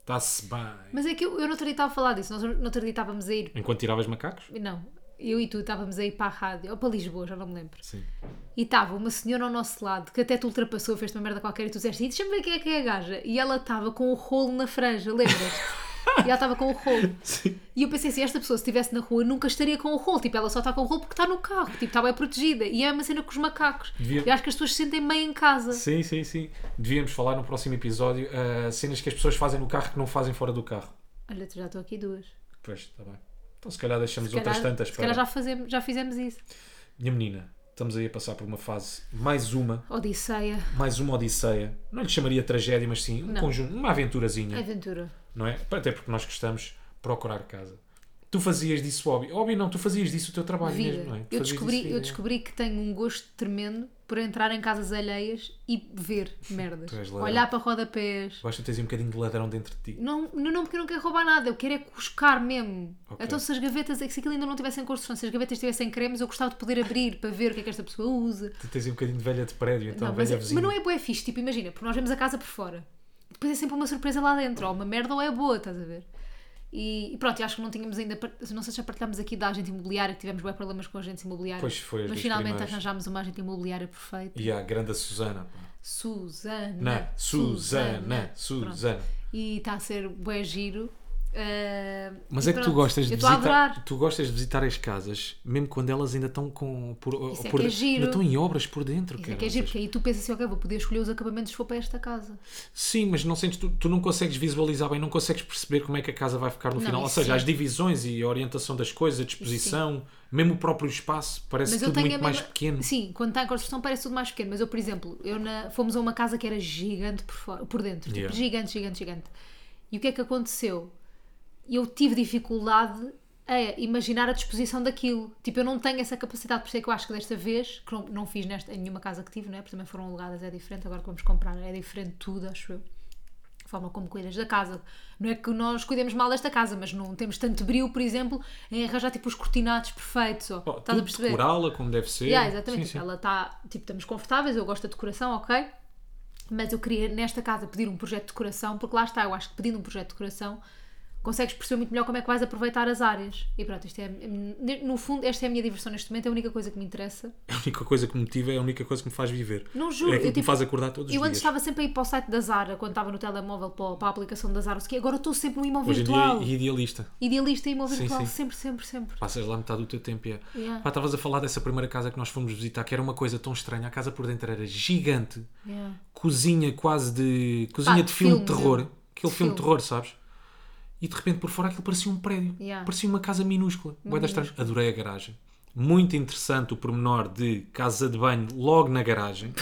Está-se bem.
Mas é que eu, eu não teria estava a falar disso. Nós não teria estávamos a ir.
Enquanto tiravas macacos?
Não, eu e tu estávamos a ir para a rádio, ou para Lisboa, já não me lembro.
Sim.
E estava uma senhora ao nosso lado que até te ultrapassou, fez-te uma merda qualquer e tu disseste: "E deixa-me ver quem é que é a gaja. E ela estava com o rolo na franja, lembras-te? e ela estava com o rolo. [LAUGHS]
Sim.
E eu pensei assim: esta pessoa, se estivesse na rua, nunca estaria com o rolo. Tipo, ela só está com o rolo porque está no carro. Tipo, está bem protegida. E é uma cena com os macacos.
Devia-
Eu acho que as pessoas se sentem bem em casa.
Sim, sim, sim. Devíamos falar no próximo episódio ah, cenas que as pessoas fazem no carro que não fazem fora do carro.
Olha, tu já estou aqui duas.
Pois, está bem. Então se calhar deixamos
Se
outras
calhar-
tantas
se
para.
calhar já, fazemos, já fizemos isso.
Minha menina, estamos aí a passar por uma fase, mais uma,
Odisseia.
mais uma odisseia. Não lhe chamaria tragédia, mas sim um
Não.
conjunto, uma aventurazinha,
Aventura.
não é? Até porque nós gostamos de procurar casa. Tu fazias disso hobby. Hobby não, tu fazias disso o teu trabalho
Vida.
mesmo, não é? Tu
eu,
fazias disso
descobri,
vida,
eu
é.
descobri que tenho um gosto tremendo por entrar em casas alheias e
[LAUGHS]
ver merdas.
Tu és ladrão.
Olhar para rodapés.
Eu acho que tu tens aí um bocadinho de ladrão dentro de ti.
Não, não, não, porque eu não quero roubar nada, eu quero é cuscar mesmo.
Ok.
Então, se as gavetas, se aquilo ainda não tivesse em construção, se as gavetas tivessem cremes, eu gostava de poder abrir para ver o que é que esta pessoa usa.
Tu tens aí um bocadinho de velha de prédio, então
não, mas,
velha
é-
vizinha.
mas não é boa, é fixe. Tipo, imagina, porque nós vemos a casa por fora. Depois é sempre uma surpresa lá dentro, ou uma merda ou é boa, estás a ver? E, e pronto, eu acho que não tínhamos ainda. par- Não sei se já partilhámos aqui da agente imobiliária, que tivemos bem problemas com a agente imobiliária.
Pois foi, as
Mas
duas
finalmente
primeiras.
arranjámos uma agente imobiliária perfeita.
E a grande Susana. pá.
Susana.
Na, Susana,
Né? Pronto.
Susana.
E está a ser bué giro. Ah,
Mas
e
é que tu
pronto,
gostas de
eu estou a
visitar,
adorar.
tu gostas de visitar as casas, mesmo quando elas ainda estão com por,
Isso é
por-
que é giro.
ainda estão em obras por dentro,
Isso é que é
caraças.
giro, porque aí tu pensas assim, ok, vou poder escolher os acabamentos se for para esta casa.
Sim, mas não sentes tu, tu não consegues visualizar bem, não consegues perceber como é que a casa vai ficar no
Não,
final, ou
isso é
seja,
sim.
as divisões e a orientação das coisas, a disposição, mesmo o próprio espaço, parece
Mas eu
tudo
tenho
muito
a mesma...
mais pequeno.
Sim, quando está em construção parece tudo mais pequeno. Mas eu, por exemplo, eu na- fomos a uma casa que era gigante por, fora- por dentro. tipo,
Yeah.
gigante, gigante, gigante. E o que é que aconteceu? Eu tive dificuldade a imaginar a disposição daquilo. Tipo, eu não tenho essa capacidade. Por isso é que eu acho que desta vez, que não, não fiz nesta, em nenhuma casa que tive, não é? Porque também foram alugadas, é diferente. Agora que vamos comprar, é diferente tudo, acho eu. A forma como cuidas da casa. Não é que nós cuidemos mal desta casa, mas não temos tanto brio, por exemplo, em arranjar tipo os cortinados perfeitos. Ou,
Oh,
estás a
tudo
perceber?
decorá-la como deve ser.
Yeah, exatamente.
é, Sim, sim.
Ela está, tipo, estamos confortáveis, eu gosto da decoração, ok? Mas eu queria, nesta casa, pedir um projeto de decoração, porque lá está, eu acho que pedindo um projeto de decoração consegues perceber muito melhor como é que vais aproveitar as áreas. E pronto, isto é, no fundo, esta é a minha diversão neste momento, é a única coisa que me interessa.
É a única coisa que me motiva, é a única coisa que me faz viver.
Não juro,
é
eu,
aquilo que me
tipo,
faz acordar todos os
Eu antes
dias.
estava sempre a ir para o site da Zara, quando estava no telemóvel, para, para a aplicação da Zara, não sei o quê. agora eu estou sempre no imóvel
Hoje em
virtual.
dia é idealista.
Idealista em imóvel
Sim,
virtual,
sim.
sempre, sempre, sempre.
Passas lá metade do teu tempo e é.
Yeah.
Pá, estavas a falar dessa primeira casa que nós fomos visitar, que era uma coisa tão estranha. A casa por dentro era gigante,
Yeah.
cozinha quase de. cozinha
Pá,
de filme de
filme,
terror.
meu.
Aquele filme de
é. Filme.
terror, sabes? e de repente por fora aquilo parecia um prédio.
Yeah.
Parecia uma casa minúscula. Bué das estranho. Adorei a garagem. Muito interessante o pormenor de casa de banho logo
[LAUGHS]
na garagem,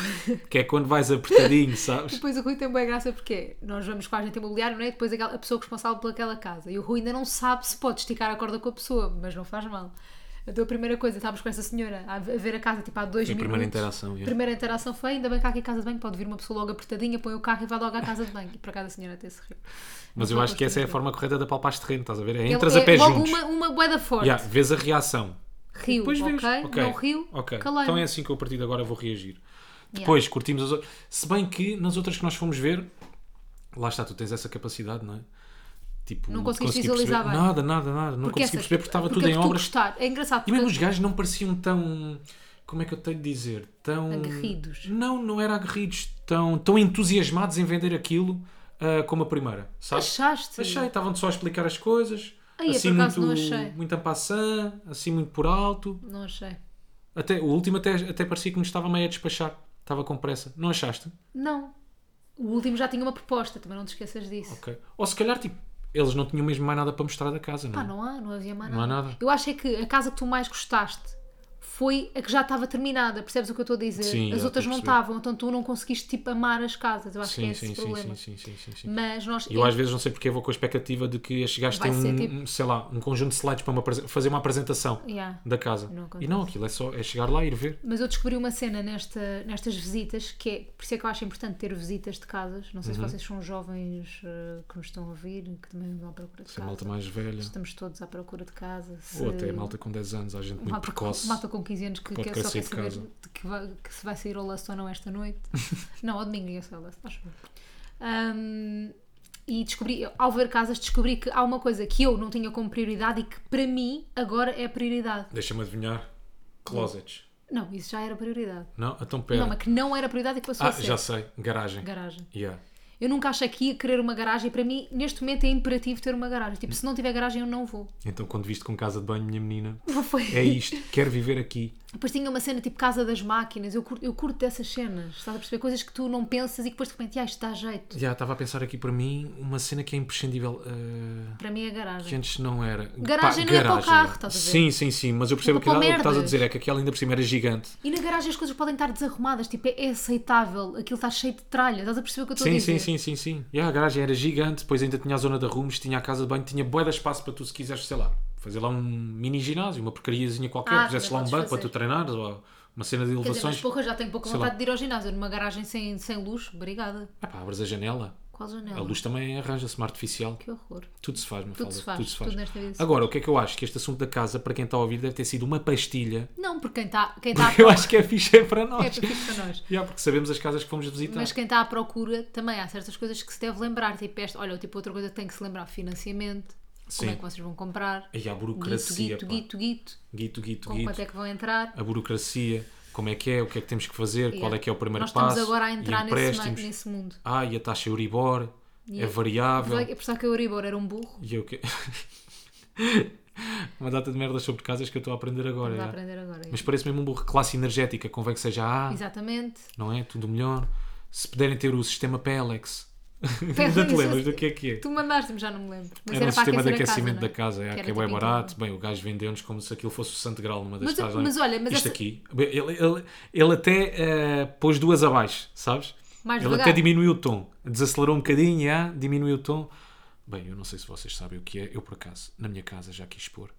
que é quando vais apertadinho, sabes?
Depois o Rui tem boa graça porque é, nós vamos com a agente imobiliária, não é? E Depois aquela- a pessoa responsável pelaquela casa. E o Rui ainda não sabe se pode esticar a corda com a pessoa, mas não faz mal. Então a primeira coisa, estávamos com essa senhora a v- a ver a casa tipo há dois
Foi a
minutos.
primeira interação, yeah.
Primeira interação foi, ainda bem que há aqui casa de banho, pode vir uma pessoa logo apertadinha, põe o carro e vai logo à casa de banho. E para cada senhora até se rir.
Mas eu acho que essa é a forma correta de apalpar este terreno, estás a ver? É entras
Ele-
a pé
é logo
juntos.
uma, uma boeda forte.
Yeah, vês a reação.
Riu,
Depois vês.
ok?
Ok,
Não riu,
ok.
calei.
Então é assim que eu a partir de agora vou reagir. Depois curtimos as outras. Se bem que nas outras que nós fomos ver, lá está, tu tens essa capacidade, não é? Tipo,
Não
de
conseguiste
conseguir
visualizar
perceber-
bem.
Nada, nada, nada. Não consegui perceber porque estava tudo
é
em
por tu
obras.
gostar. É engraçado
E
porque
mesmo os gajos não pareciam tão. Como é que eu tenho de dizer? Tão.
Aguerridos.
Não, não era aguerridos. Tão, tão entusiasmados em vender aquilo ah, como a primeira. Sabes?
achaste.
Achei, estavam só a explicar as coisas.
Ai, eu
assim
por acaso
muito,
não achei.
muito en passant, assim muito por alto.
Não achei.
Até, o último até, até parecia que nos estava meio a despachar. Estava com pressa. Não achaste?
Não. O último já tinha uma proposta, também não te esqueças disso.
Ok. Ou se calhar, tipo, eles não tinham mesmo mais nada para mostrar da casa, não
Pá,
é?
não há, não havia mais
Não
nada.
há nada.
Eu acho é que a casa que tu mais gostaste foi a que já estava terminada, percebes o que eu estou a dizer?
Sim, já
as
estou
outras
a
não
perceber.
estavam, então tu não conseguiste tipo amar as casas. Eu acho que é
Sim,
esse
sim,
o
sim,
problema.
sim, sim, sim, sim, sim.
Mas nós.
Eu às vezes não sei porque vou com a expectativa de que estes gajos
Vai
têm
ser
um,
tipo-
um, sei lá, um conjunto de slides para uma apresen- fazer uma apresentação
Yeah.
da casa.
Não
e
acontece.
não, aquilo é só é chegar lá e ir ver.
Mas eu descobri uma cena nesta, nestas visitas que é, por isso é que eu acho importante ter visitas de casas. Não sei se
Uhum.
vocês são jovens eh, que nos estão a ouvir, que também vão à procura de
Se é
casa.
malta mais velha,
Estamos todos à procura de casa. Se...
ou até malta com 10 anos, há gente muito
Malta-
precoce.
Malta com 15 anos que,
Pode
quer
querer
só quer
sair de
saber
casa.
de que, vai- que se vai sair ao last ou não esta noite. [LAUGHS] não, ao domingo ia ser ao last, acho eu. Hum, e descobri, ao ver casas, descobri que há uma coisa que eu não tinha como prioridade e que para mim agora é prioridade.
Deixa-me adivinhar.
Hum.
Closets.
Não, isso já era prioridade.
Não? Então pera.
Não, mas que não era prioridade e que passou
ah,
a ser.
já sei. Garagem.
Garagem.
Yeah.
Eu nunca achei que ia querer uma garagem e para mim, neste momento, é imperativo ter uma garagem.
Hum.
Tipo, se não tiver garagem, eu não vou. [LAUGHS]
Então quando viste com casa de banho, minha menina,
Não foi.
é isto. Quero viver aqui.
Depois tinha uma cena tipo Casa das Máquinas, eu curto, eu curto dessas cenas, estás a perceber? Coisas que tu não pensas e que depois de repente, ah, isto dá jeito.
Já estava a pensar aqui para mim uma cena que é imprescindível. ah,
Para mim é
Que
garagem.
antes não era.
Garagem não é para o carro, estás a ver?
Sim, sim, sim, mas eu percebo
Era
que
para
o que estás a
merdas.
dizer é que aquela ainda por cima era gigante.
E na garagem as coisas podem estar desarrumadas, tipo, é, é aceitável, aquilo está cheio de tralha, estás a perceber o que eu estou a
Sim,
dizer?
sim, sim, sim, sim. Yeah, a garagem era gigante, depois ainda tinha a zona de arrumos, tinha a casa de banho, tinha bué de espaço para tu se quiseres, sei lá, fazer lá um mini ginásio, uma porcariazinha qualquer,
Ah,
pusesse
também
lá um
podes
banco para
fazer.
tu treinares, ou uma cena de
Quer dizer, mas
elevações.
porra, já tenho pouca
Sei
vontade
lá.
de ir ao ginásio, numa garagem sem, sem luz, obrigada.
Epá, abres a janela,
Qual janela?
a luz também arranja-se, uma artificial.
Que horror.
Tudo se faz, me
Tudo se faz,
Tudo se faz.
tudo nesta vida se
Agora, o que é que eu acho? Que este assunto da casa, para quem está a ouvir, deve ter sido uma pastilha.
Não, porque quem está quem
[LAUGHS]
está à
Eu Tá.
procura
acho que é fixe é para
Tá é
nós.
para fixe para
[LAUGHS]
nós.
Yeah, porque sabemos as casas que fomos visitar.
Mas quem está à procura também há certas coisas que se deve lembrar, tipo esta, olha, tipo outra coisa que tem que se lembrar, financiamento,
Sim.
como é que vocês vão comprar.
E a
Guito,
burocracia,
guito,
pá.
guito, guito.
Guito, guito,
Com quanto
guito.
é que vão entrar?
A burocracia, como é que é, o que é que temos que fazer, qual é que é o primeiro
Nós
passo.
estamos agora a
e
entrar nesse, ma-
empréstimos.
nesse mundo.
Ah, e a taxa Euribor é variável.
Apesar que- apesar que o Euribor era um burro,
E eu que... [LAUGHS] Uma data de merdas sobre casas que eu estou a aprender agora.
vamos
já.
aprender agora.
É. Mas parece mesmo um burro. Classe energética, convém que seja A,
Exatamente.
não é? Tudo melhor. Se puderem ter o sistema Pelex.
Pelex,
[LAUGHS] Ainda te lembras
eu-
do que é que é?
Tu mandaste-me, já não me lembro. Mas
Era um sistema de
aquecer a
aquecimento
não é?
da casa, é,
era
que é bem
tipo
barato. Bem, o gajo vendeu-nos como se aquilo fosse o Santo Graal numa das
Mas-
casas.
mas olha, mas
Isto
essa-
aqui, ele, ele, ele até eh, pôs duas abaixo, sabes?
Mais
ele
devagar.
até diminuiu o tom, desacelerou um bocadinho, já, diminuiu o tom. Bem, eu não sei se vocês sabem o que é, eu por acaso, na minha casa, já quis expor.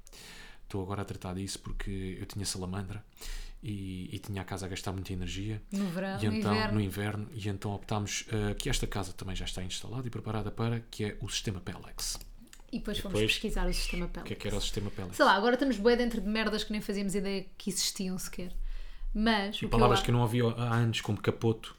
Estou agora a tratar disso porque eu tinha salamandra e, e tinha a casa a gastar muita energia.
No verão,
E
no
então,
inverno.
no inverno, e então optámos eh, que esta casa também já está instalada e preparada para, que é o sistema Pelex.
E depois fomos
Depois-
pesquisar o sistema
O
Pelex.
que é que era o sistema Pelex?
Sei lá, agora estamos bué dentro de merdas que nem fazíamos ideia que existiam sequer. Mas. o que eu
Palavras
acho-
que eu não ouvi há anos, como capoto.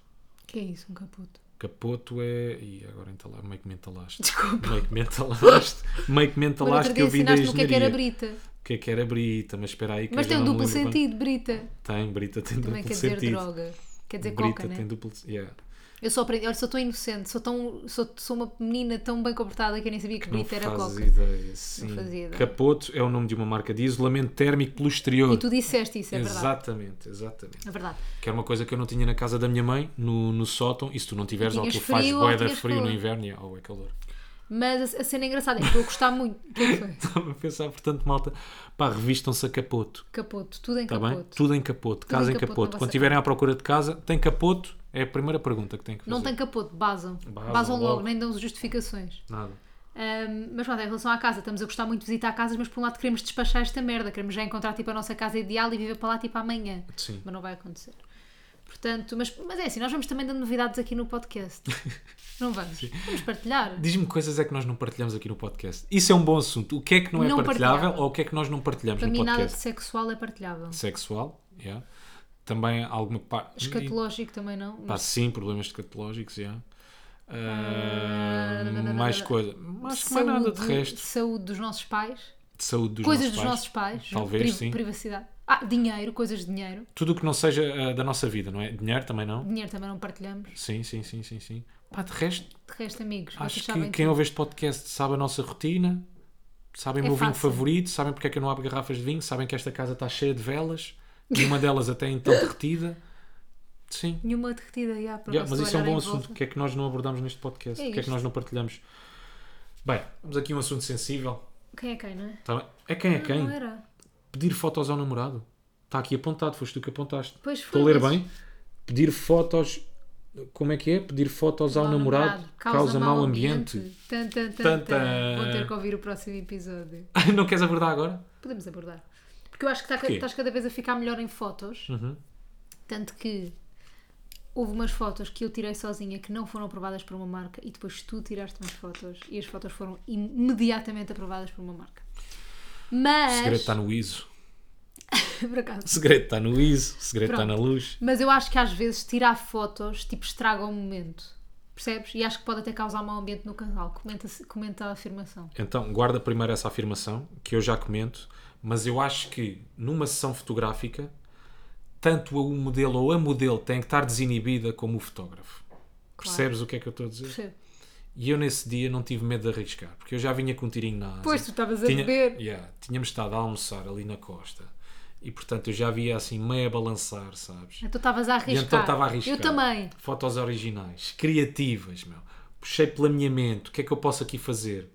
Que é isso, um caputo?
Capoto é. E agora entala... meio que me entalaste.
Desculpa.
Meio que
[LAUGHS]
me entalaste. meio que me
Mas no outro
entalaste Então que
dia
eu vi da
ensinaste-me o que é que era
engenharia.
brita.
O que é que era brita? Mas espera aí que
Mas
eu
tem
já
um
não me
duplo
lembro bem.
sentido, brita.
Tem, brita tem
Também
duplo
quer dizer
sentido.
droga. Quer dizer
brita
coca, né?
tem duplo. Yeah.
Eu só aprendi, olha, sou tão inocente, sou, tão, sou, sou uma menina tão bem comportada que eu nem sabia que
Não
Brita era
fazes
coca.
ideia. Sim.
fazia ideia.
Capoto é o nome de uma marca de isolamento térmico pelo exterior.
E tu disseste isso, é verdade.
exatamente, exatamente.
É verdade.
Que era uma coisa que eu não tinha na casa da minha mãe, no, no sótão. E se tu não tiveres, ou
Tinhas
tu fazes
frio ou
boeda
tinhas
frio no
calor.
inverno, yeah, ou é calor.
Mas a, a cena engraçada é que eu gostar muito. O que é que
[LAUGHS]
foi?
[LAUGHS] Estava a pensar, portanto, malta, pá, revistam-se a capoto,
Capoto, tudo em
está Tá bem?
capoto.
Tudo em capoto, casa
em
em
capoto,
capoto.
não
Quando
vai
estiverem à procura de casa, tem capoto? É a primeira pergunta que tem que fazer.
Não tem capoto, basam. Basam,
Basam
logo.
logo.
nem dão justificações.
Nada.
Ahm, mas pronto, em relação à casa, estamos a gostar muito de visitar casas, mas por um lado queremos despachar esta merda, queremos já encontrar tipo a nossa casa ideal e viver para lá tipo amanhã.
Sim.
Mas não vai acontecer. Portanto, mas, mas é assim, nós vamos também dando novidades aqui no
[LAUGHS]
podcast. não vamos? Vamos partilhar.
Diz-me coisas é que nós não partilhamos aqui no podcast. Isso é um bom assunto. O que é que não é
Não
partilhável
partilhável.
ou o que é que nós não partilhamos
Para
no
mim, nada de
podcast?
sexual é partilhável.
Sexual, yeah. também alguma parte.
Escatológico também não.
Pá,
Mas
sim, problemas escatológicos, já. Ah,
não, não, não,
mais
não.
coisa. Acho que mais nada de resto.
saúde dos nossos pais,
De saúde dos
coisas
nossos
dos
pais.
nossos pais,
Talvez, sim.
privacidade. Ah, dinheiro, coisas de dinheiro.
Tudo o que não seja ah, da nossa vida, não é? Dinheiro também não?
Dinheiro também não partilhamos.
Sim, sim, sim, sim, sim. Pá, de resto,
De resto, amigos,
acho
vocês
que
sabem
quem é ouve este podcast sabe a nossa rotina, sabem o
É
meu vinho
fácil.
favorito, sabem porque é que eu não abro garrafas de vinho, sabem que esta casa está cheia de velas, e uma delas até então derretida. Sim.
Nenhuma derretida e há para
Yeah,
nós
mas isso é um
olhar
bom
em
assunto. O
volta.
que é que nós não abordamos neste podcast?
É
o que é que
isto.
nós não partilhamos? Bem, vamos aqui a um assunto sensível.
Quem é quem, não é?
Tá bem? É quem é
Ah,
quem?
Não era.
Pedir fotos ao namorado. Está aqui apontado, foste tu que apontaste.
Pois foi,
Estou a ler
mas-
bem? Pedir fotos. Como é que é? Pedir fotos ao, namorado, causa, mau ambiente.
Tan, tan, tan,
Tan,
tan.
tan.
Vou ter que ouvir o próximo episódio.
[LAUGHS] não queres abordar agora?
Podemos abordar. Porque eu acho que está-
Porquê? Uhum.
estás cada vez a ficar melhor em fotos. Tanto que houve umas fotos que eu tirei sozinha que não foram aprovadas por uma marca e depois tu tiraste umas fotos e as fotos foram imediatamente aprovadas por uma marca.
O segredo tá-
Mas.
está no ISO.
[LAUGHS] Por acaso.
O segredo está no ISO. O segredo está
Pronto.
na luz.
Mas eu acho que às vezes tirar fotos tipo estraga o momento. Percebes? E acho que pode até causar mau ambiente no casal. Comenta, comenta a afirmação.
Então, guarda primeiro essa afirmação, que eu já comento, mas eu acho que numa sessão fotográfica, tanto o modelo ou a modelo tem que estar desinibida como o fotógrafo. Percebes o que é que eu estou a dizer?
Percebo.
E eu nesse dia não tive medo de arriscar, porque eu já vinha com um tirinho na asa.
Pois, tu estavas a
Tinha-
beber.
Yeah, tínhamos estado a almoçar ali na costa e, portanto, eu já via assim meio a balançar, sabes?
Então estavas a
E
arriscar.
então estava a arriscar.
Eu também.
Fotos originais, criativas, meu. Puxei pela minha mente, o que é que eu posso aqui fazer?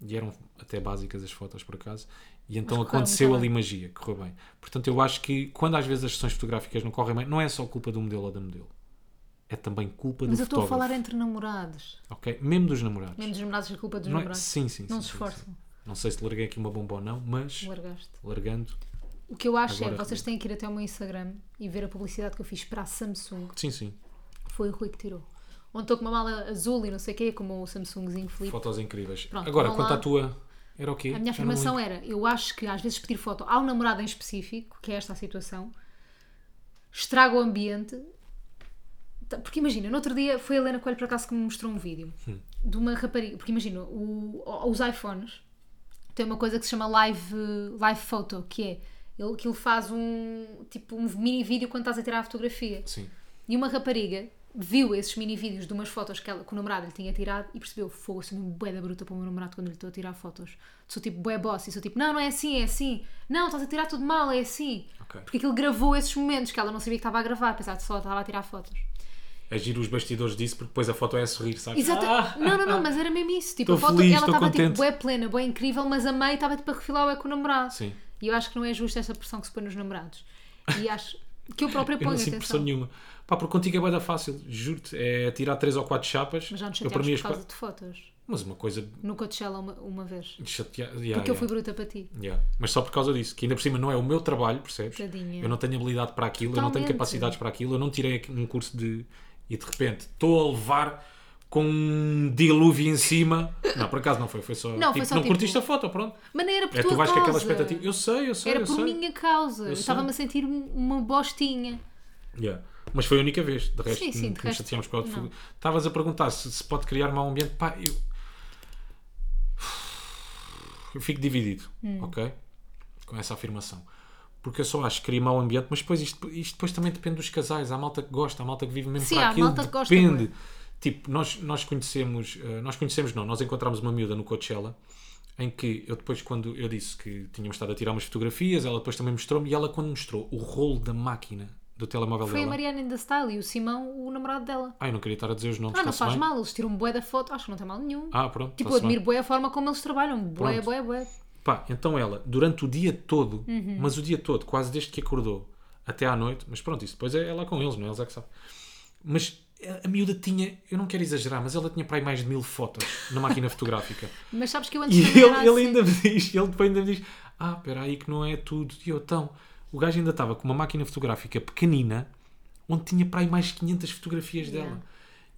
E eram até básicas as fotos, por acaso. E então
correram
aconteceu
muito
ali
bem.
magia, correu bem. Portanto, eu acho que quando às vezes as sessões fotográficas não correm bem, não é só culpa do modelo ou da modelo. É também culpa
Mas
do
eu estou a
fotógrafo.
falar entre namorados.
Ok? Mesmo dos namorados.
Menos namorados é culpa dos
Não é-
namorados.
Sim, sim,
Não se
sim, sim,
esforçam.
sim. Não sei se larguei aqui uma bomba ou não, mas
Largaste.
largando.
O que eu acho é
Agora
que vocês têm que ir até o meu Instagram e ver a publicidade que eu fiz para a Samsung.
Sim, sim.
Foi o Rui que tirou. Onde estou com uma mala azul e não sei o quê, como o Samsungzinho Flip.
Fotos incríveis.
Pronto,
Agora,
vão
quanto
lá.
à tua. Era o quê?
A minha
Já não me
afirmação
lembro.
era: eu acho que às vezes pedir foto ao namorado em específico, que é esta a situação, estraga o ambiente. Tá- Porque imagina, no outro dia foi a Helena Coelho por acaso que me mostrou um vídeo de uma rapariga. Porque imagina, o- o- os iPhones têm uma coisa que se chama live, live photo, que é ele, que ele faz um tipo um mini vídeo quando estás a tirar a fotografia.
Sim.
E uma rapariga viu esses mini vídeos de umas fotos que, ela, que o namorado lhe tinha tirado e percebeu, fogo, eu sou mesmo bué da bruta para o meu namorado quando lhe estou a tirar fotos. Sou tipo bué boss e sou tipo, não, não é assim, é assim. Não, estás a tirar tudo mal, é assim.
Ok.
Porque aquilo gravou esses momentos que ela não sabia que estava a gravar, apesar de só estava a tirar fotos.
É giro os bastidores disso, porque depois a foto é a sorrir, sabes?
Exato.
Ah!
não, não, não, mas era mesmo isso. Tipo,
Tô
a foto,
feliz,
ela
tô
estava tipo
contente.
bué plena, bué incrível, mas a meio estava tipo a refilar o eco com o namorado.
Sim.
E eu acho que não é justo essa pressão que se põe nos namorados. E acho que eu própria
Eu
ponho
não sinto
atenção.
pressão nenhuma. Pá, porque contigo é bué da fácil, juro-te. É tirar três ou quatro chapas.
Mas já nos
eu, para
chateámos
mim,
por
as
causa
quatro-
de fotos.
Mas uma coisa.
No Coachella uma, uma vez.
Chatear...
Porque eu fui bruta para ti.
Yeah. Mas só por causa disso, que ainda por cima não é o meu trabalho, percebes?
Tadinha.
Eu não tenho habilidade para aquilo, eu não tenho
Totalmente.
capacidades para aquilo, eu não tirei aqui um curso de. e de repente estou a levar com um dilúvio em cima. Não, por acaso não foi, foi só.
Não, foi
tipo,
só
não
tipo-
curtiste a foto, pronto.
Mas não era por
É,
tua
tu vais
causa.
com aquela expectativa. Eu sei, eu sei,
Era
eu
por
sei.
minha causa. Eu
sei. É
estava-me a sentir um- uma bostinha.
Yeah. Mas foi a única vez, de resto,
Sim, sim, de
que nos
resto,
chateámos com a outra
não.
figura. Estavas a perguntar se, se pode criar mau ambiente. Pá, eu. Eu fico dividido,
Hum.
ok? Com essa afirmação. Porque eu só acho que cria mau ambiente, mas depois isto, isto depois também depende dos casais. Há malta que gosta, há malta que vive mesmo
Sim,
para
há
aquilo.
malta que gosta,
depende. Tipo, nós, nós conhecemos, eh, nós conhecemos não, nós encontramos uma miúda no Coachella em que eu depois quando eu disse que tínhamos estado a tirar umas fotografias, ela depois também mostrou-me e ela quando mostrou o rolo da máquina do telemóvel
Foi a
dela.
Mariana in the Style e o Simão, o namorado dela.
Ai, não queria estar a dizer os nomes.
Ah, não
está-se
faz
bem?
mal, eles tiram bué da foto, acho que não tem mal nenhum.
Ah, pronto.
tipo, eu
está-se bem.
admiro bué a forma como eles trabalham. Bué,
Pronto.
bué, bué.
Pá, então ela, durante o dia todo,
Uhum.
mas o dia todo, quase desde que acordou até à noite, mas pronto, isso depois é ela com eles, não é? Eles é que sabem. Mas a- a miúda tinha, eu não quero exagerar, mas ela tinha para aí mais de mil fotos na máquina [LAUGHS] fotográfica.
Mas sabes que eu antes
E
também
ele,
era
ele
assim.
ainda me diz, ele depois ainda me diz: Ah, espera aí que não é tudo. E eu, então, o gajo ainda estava com uma máquina fotográfica pequenina, onde tinha para aí mais 500 fotografias dela.
Yeah.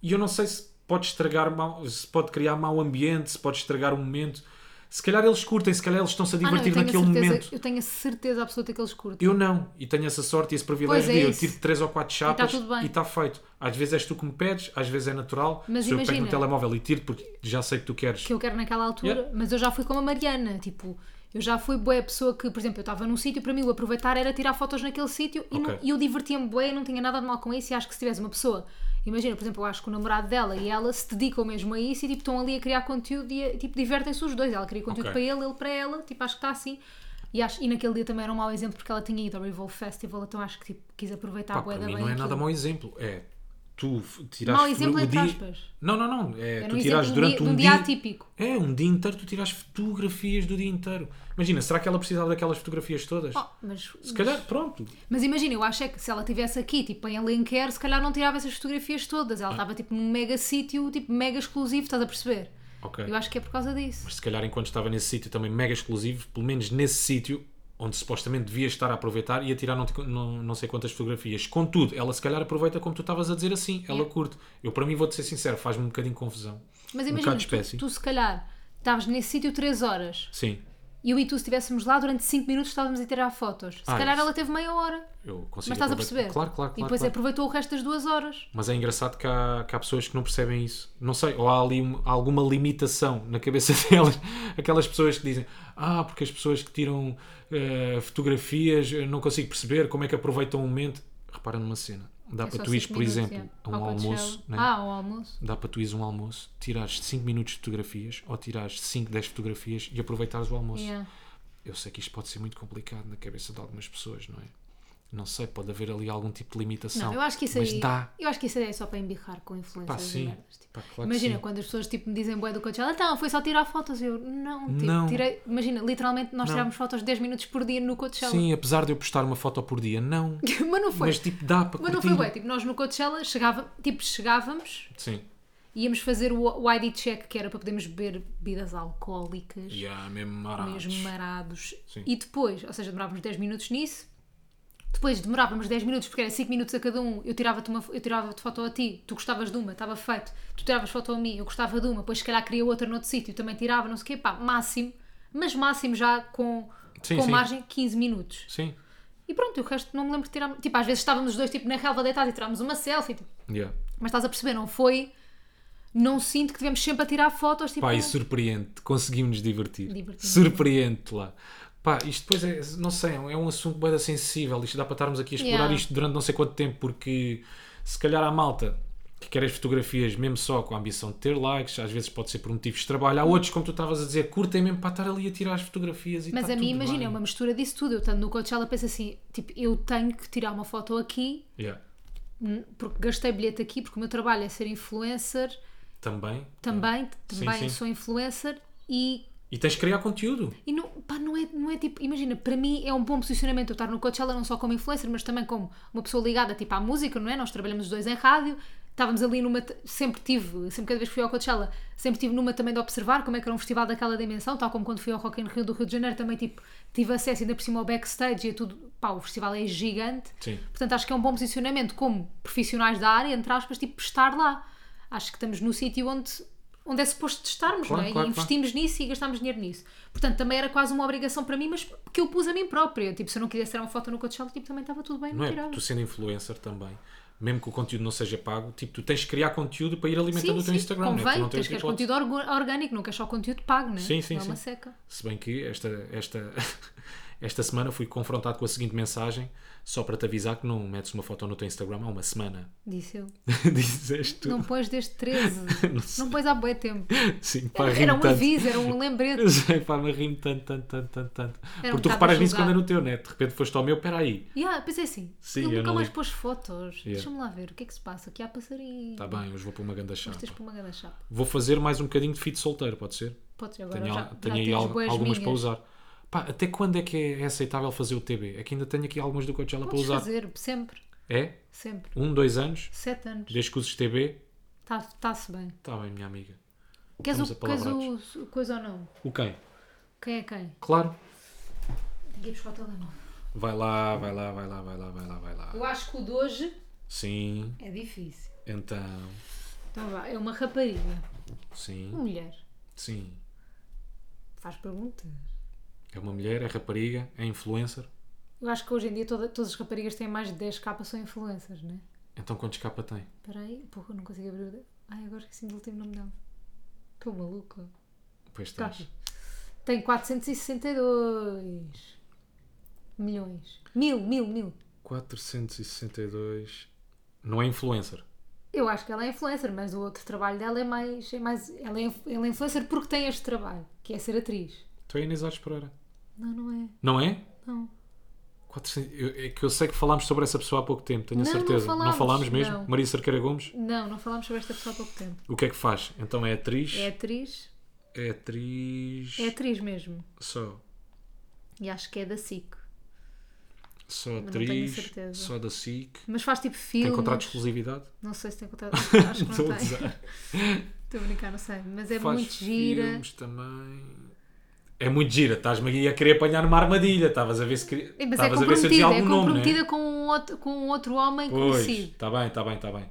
E eu não sei se pode estragar, mau- se pode criar mau ambiente, se pode estragar o momento. Se calhar eles curtem, se calhar eles estão-se a
Ah, não,
divertir
eu tenho a
naquele
certeza-
momento.
Eu tenho a certeza absoluta que eles curtem.
Eu não, e tenho essa sorte e esse privilégio
Pois é
de eu
isso. tá
tiro três ou quatro chapas
tudo bem.
e está feito. Às vezes és tu que me pedes, às vezes é natural.
Mas
se eu pego no
imagina.
telemóvel e tiro, porque já sei que tu queres.
que eu quero naquela altura,
Yeah.
mas eu já fui como a Mariana, tipo, eu já fui boa pessoa que, por exemplo, eu estava num sítio, para mim o aproveitar era tirar fotos naquele sítio e, não-
Ok.
e eu divertia-me bué, não tinha nada de mal com isso e acho que se tivesse uma pessoa, imagina, por exemplo, eu acho que o namorado dela e ela se dedicam mesmo a isso e tipo, estão ali a criar conteúdo e a- tipo, divertem-se os dois, ela cria conteúdo
Ok.
para ele, ele para ela, tipo, acho que está assim. E, acho, e naquele dia também era um mau exemplo porque ela tinha ido ao Revolve Festival, então acho que tipo, quis aproveitar
Pá,
a bué
para
da
mim
bem
não é nada
aquilo.
mau exemplo. É tu f- tirares
Mau exemplo é
o
entre
dia...
aspas.
Não, não, não. É,
Era
tu
um
tirares
exemplo de um
durante
dia- de
um,
um dia atípico.
É, um dia inteiro tu tiras fotografias do dia inteiro. Imagina, será que ela precisava daquelas fotografias todas?
Oh, mas
Se calhar, pronto.
Mas imagina, eu acho é que se ela estivesse aqui, tipo em Alenquer, se calhar não tirava essas fotografias todas.
Ah.
Ela estava tipo num mega sítio, tipo mega exclusivo, estás a perceber?
Ok.
Eu acho que é por causa disso.
Mas se calhar enquanto estava nesse sítio também mega exclusivo, pelo menos nesse sítio onde supostamente devia estar a aproveitar e a tirar não, te- não, não sei quantas fotografias. Contudo, ela se calhar aproveita como tu estavas a dizer assim. Ela
É.
curte. Eu para mim vou-te ser sincero, faz-me um bocadinho confusão.
Mas
um
imagina,
bocado
tu-
espécie.
tu, se calhar estavas nesse sítio 3 horas
Sim,
e eu e tu, se estivéssemos lá durante 5 minutos, estávamos a tirar fotos. Se
Ah,
calhar
isso.
ela teve meia hora.
eu consigo
Mas estás a
aproveitar.
perceber?
Claro, claro, claro.
E depois é
claro.
aproveitou o resto das duas horas.
Mas é engraçado que há, que há pessoas que não percebem isso. Não sei, ou há ali um- há alguma limitação na cabeça [LAUGHS] delas. Aquelas pessoas que dizem, ah, porque as pessoas que tiram eh, fotografias, eu não consigo perceber como é que aproveitam o momento. Repara numa cena. Dá
É
Ah, para
só
tu ires,
cinco
por
minutos,
exemplo,
yeah.
a um
Ao coachella.
almoço, né?
Ah, ao almoço.
dá para tu ires a um almoço, tirares 5 minutos de fotografias, ou tirares 5, 10 fotografias e aproveitares o almoço.
Yeah.
Eu sei que isto pode ser muito complicado na cabeça de algumas pessoas, não é? Não sei, pode haver ali algum tipo de limitação.
Não, eu acho que isso
mas
aí.
dá.
Eu acho que isso aí é só para embirrar com influencers
Pá,
e
sim.
merdas, tipo.
Pá, claro que
imagina
sim.
quando as pessoas tipo, me dizem bué do Coachella, então foi só tirar fotos. Eu não, tipo,
Não.
tirei. Imagina, literalmente nós
Não.
tirámos fotos 10 minutos por dia no Coachella.
Sim, apesar de eu postar uma foto por dia, não.
[LAUGHS] mas não foi.
Mas tipo, dá para
mas
curtir.
não foi bué, tipo, nós no Coachella chegava, tipo, chegávamos,
Sim.
íamos fazer o, o ID check, que era para podermos beber bebidas alcoólicas,
E há mesmo marados.
mesmo marados.
Sim.
E depois, ou seja, demorávamos 10 minutos nisso. Depois demorávamos 10 minutos, porque era 5 minutos a cada um. Eu tirava-te uma, eu tirava-te foto a ti, tu gostavas de uma, estava feito. Tu tiravas foto a mim, eu gostava de uma, depois se calhar queria outra noutro sítio, também tirava, não sei o quê, pá, máximo. Mas máximo já com,
Sim,
com
sim.
margem 15 minutos.
Sim.
E pronto, e o resto não me lembro de tirar. Tipo, às vezes estávamos os dois tipo, na relva deitados e tirámos uma selfie. tipo,
Yeah.
mas estás a perceber, não foi. Não sinto que tivemos sempre a tirar fotos. Tipo,
Pá, e surpreende-te. Conseguimos divertir.
Divertimos.
Surpreende-te lá. Pá, isto depois é, não sei, é um assunto bem sensível. Isto dá para estarmos aqui a explorar
Yeah.
isto durante não sei quanto tempo, porque se calhar há malta que quer as fotografias mesmo só com a ambição de ter likes, às vezes pode ser por motivos de trabalho. Há
Hum.
outros, como tu estavas a dizer, curtem mesmo para estar ali a tirar as fotografias e
Mas
está
a mim,
tudo
imagina,
bem.
é uma mistura disso tudo. Eu estando no Coachella, penso assim: tipo, eu tenho que tirar uma foto aqui,
Yeah.
hum, porque gastei bilhete aqui, porque o meu trabalho é ser influencer,
Também.
também,
Sim,
também
Hum. sim.
sou influencer e.
E tens de criar conteúdo.
E não, pá, não, é, não é tipo, imagina, para mim é um bom posicionamento eu estar no Coachella não só como influencer, mas também como uma pessoa ligada tipo à música, não é? Nós trabalhamos os dois em rádio, estávamos ali numa, t- sempre tive, sempre cada vez que fui ao Coachella, sempre tive numa também de observar como é que era um festival daquela dimensão, tal como quando fui ao Rock in Rio do Rio de Janeiro também tipo, tive acesso ainda por cima ao backstage e a tudo, pá, o festival é gigante,
Sim.
portanto acho que é um bom posicionamento como profissionais da área, entre aspas, tipo, estar lá. Acho que estamos no sítio onde onde é suposto estarmos,
Claro,
não é?
claro,
e investimos nisso e gastámos dinheiro nisso. Portanto, também era quase uma obrigação para mim, mas que eu pus a mim própria. Tipo, se eu não quisesse tirar uma foto no Coachella, tipo, também estava tudo bem, não,
Não é?
tirava.
Tu sendo influencer também, mesmo que o conteúdo não seja pago, tipo, tu tens de criar conteúdo para ir alimentando
Sim,
o teu
sim,
Instagram, né?
convém,
tu não
tens
tens
que ter
hipótese.
conteúdo orgânico, não queres só conteúdo pago, não é?
Sim, sim,
Senão É uma
sim.
seca.
Se bem que esta, [LAUGHS] esta, Esta semana fui confrontado com a seguinte mensagem, só para te avisar que não metes uma foto no teu Instagram há uma semana. [LAUGHS]
Disse eu.
Dizeste tu.
Não pões desde 13.
Não
Não pões há bué tempo.
Sim, pá,
Era,
ri-me
era um
tanto.
aviso, era um lembrete.
Eu [LAUGHS] sei, pá, mas rimo tanto, tanto, tanto, tanto, tanto.
Era um
Porque tu
bocado
reparas
a
nisso quando
julgar.
é no teu, né? De repente foste ao meu, peraí.
Yeah, pensei assim.
Sim, eu
ele nunca
não
mais
li.
pôs fotos.
Yeah.
Deixa-me lá ver. O que é que se passa? Aqui há passarinho.
Está Tá bem, hoje vou para uma ganda chapa.
Gostas por uma grande chapa.
Vou fazer mais um bocadinho de fit solteiro, pode ser?
Podes agora.
Tenho,
já,
al-
já
tenho
tens
aí al-
bués
algumas para
minhas.
usar. Pá, até quando é que é aceitável fazer o TB? É que ainda tenho aqui algumas do Coachella para
Podes
usar.
fazer, sempre.
É?
Sempre.
Um, dois anos?
Sete anos.
Desde que uses TB?
Está-se bem.
Está bem, minha amiga.
Queres
Estamos
o, queres
apalavrados.
o o coisa ou não?
O quem?
Quem é quem?
Claro.
Ninguém buscar o telemóvel.
Vai lá, vai lá, vai lá, vai lá, vai lá, vai lá.
Eu acho que o de hoje
Sim,
é difícil.
então.
Então vá, é uma rapariga. Uma
Sim,
mulher.
sim.
Faz perguntas.
É uma mulher, é rapariga, é influencer.
Eu acho que hoje em dia toda- todas as raparigas têm mais de 10 capas são influencers, né?
Então quantos capa tem?
Espera aí, porra, eu não consigo abrir o. de- Ai, agora esqueci do último nome dela. Estou maluca.
Pois
Tá.
tens.
Tem 462 milhões. Mil, mil, mil.
462. Não é influencer.
Eu acho que ela é influencer, mas o outro trabalho dela é mais. É mais ela, é, inf- ela é influencer porque tem este trabalho, que é ser atriz.
Tu é Inês Aires Pereira.
Não, não é.
Não é?
Não.
400 eu- é que eu sei que falámos sobre essa pessoa há pouco tempo, tenho a
Não, não
certeza. Não
falámos,
falámos mesmo?
não.
Maria Cerqueira Gomes?
Não, não falámos sobre esta pessoa há pouco tempo.
O que é que faz? Então é atriz?
É atriz.
É atriz.
É atriz mesmo.
Só.
E acho que é da SIC.
Só
não tenho
atriz.
certeza.
Só da SIC.
Mas faz tipo
Tem
filmes.
contrato de exclusividade?
Não sei se tem
[LAUGHS]
contrato. Acho que
Estou
não
a
tem.
[LAUGHS] gozar.
Estou a brincar, não sei. Mas é
Faz
muito gira.
filmes também. É muito gira, estás-me aqui a querer apanhar numa armadilha, estavas a ver se queria.
É, Mas é
estavas a ver se eu dizia
comprometida, é
algum nome, né?
comprometida com, um outro, com um outro homem
Pois,
conhecido.
está bem, está bem, está bem.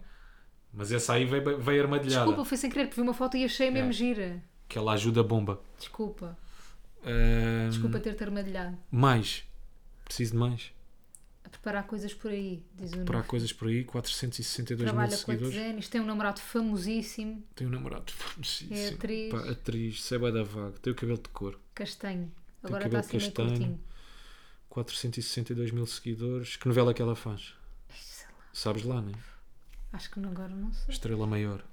Mas essa aí veio, veio armadilhada.
Desculpa, foi sem querer, porque vi uma foto e achei mesmo gira.
Que ela ajuda a bomba.
Desculpa.
Ahm,
Desculpa ter-te armadilhado.
Mais. Preciso de mais.
A preparar coisas por aí, diz o
Para
Nuno.
há coisas por aí, 462 mil
Trabalha com
seguidores.
Hum. quantos anos, tem um namorado famosíssimo,
Tem um namorado famosíssimo.
É atriz.
Pá, atriz, seba da vaga, tem o cabelo de cor.
castanho. Agora está
cabelo
assim meio
castanho.
curtinho.
462 mil seguidores. Que novela é que ela faz?
Sei lá,
Sabes lá, né?
Acho que não, agora não sei.
Estrela Maior.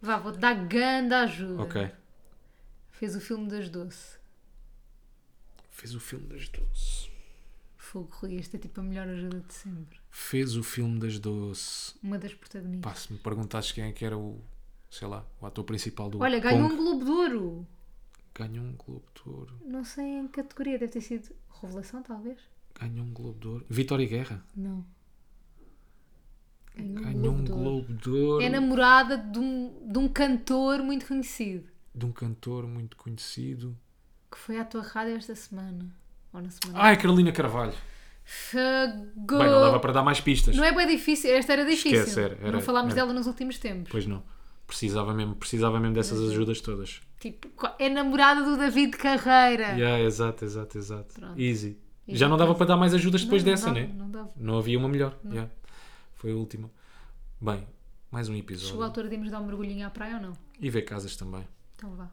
Vá, vou-te dar ganda ajuda.
Ok.
Fez o filme das Doce.
Fez o filme das 12.
Fogo Rui, esta é tipo a melhor ajuda de sempre.
Fez o filme das 12.
Uma das protagonistas.
Pá, se me perguntasses quem é que era o, sei lá, o ator principal do
Olha, ganhou um Globo de Ouro.
Ganhou um Globo de Ouro.
Não sei em que categoria, deve ter sido Revelação, talvez?
Ganhou um Globo de Ouro. Vitória Guerra.
Não. Ganhou um
Ganhou
Globo
um
de Ouro.
Globo de Ouro.
É namorada de um, de um cantor muito conhecido
De um cantor muito conhecido.
que foi à tua rádio esta semana. Ou na semana.
Ai, Carolina Carvalho.
Fogo!
Ah! Bem, não dava para dar mais pistas.
Não é bem difícil, esta era difícil.
Esquece, era- era-
não falámos
era.
dela nos últimos tempos.
Pois não. Precisava mesmo, precisava mesmo dessas ajudas todas.
Tipo, co- é namorada do David Carreira.
Yeah, exato, exato, exato.
É. Pronto.
Easy.
Easy.
Já não dava para dar mais ajudas depois
Não, não
dessa,
dava,
né?
Não dava.
Não havia uma melhor. Yeah. Foi a última. Bem, mais um
Chegou a
episódio.
altura de irmos dar um mergulhinho à praia ou não?
E ver casas também.
Então vá,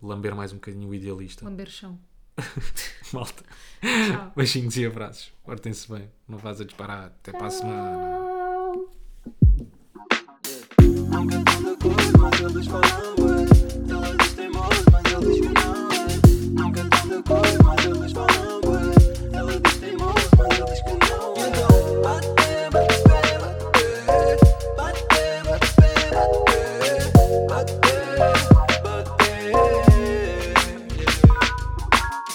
Lamber mais um bocadinho o idealista.
lamber chão.
[LAUGHS] Malta.
Tchau.
Beijinhos e abraços. Portem-se bem. Não vás a disparar. Até para a semana.
Nunca tão de cor, mas eles falam bué. Elas dizem moço, mas eles que não é. Nunca tão de cor, mas eles falam bué. Elas dizem moço, mas eles que não é. Então, bate, bate, bate, bate. Bate, bate, bate, bate, bate.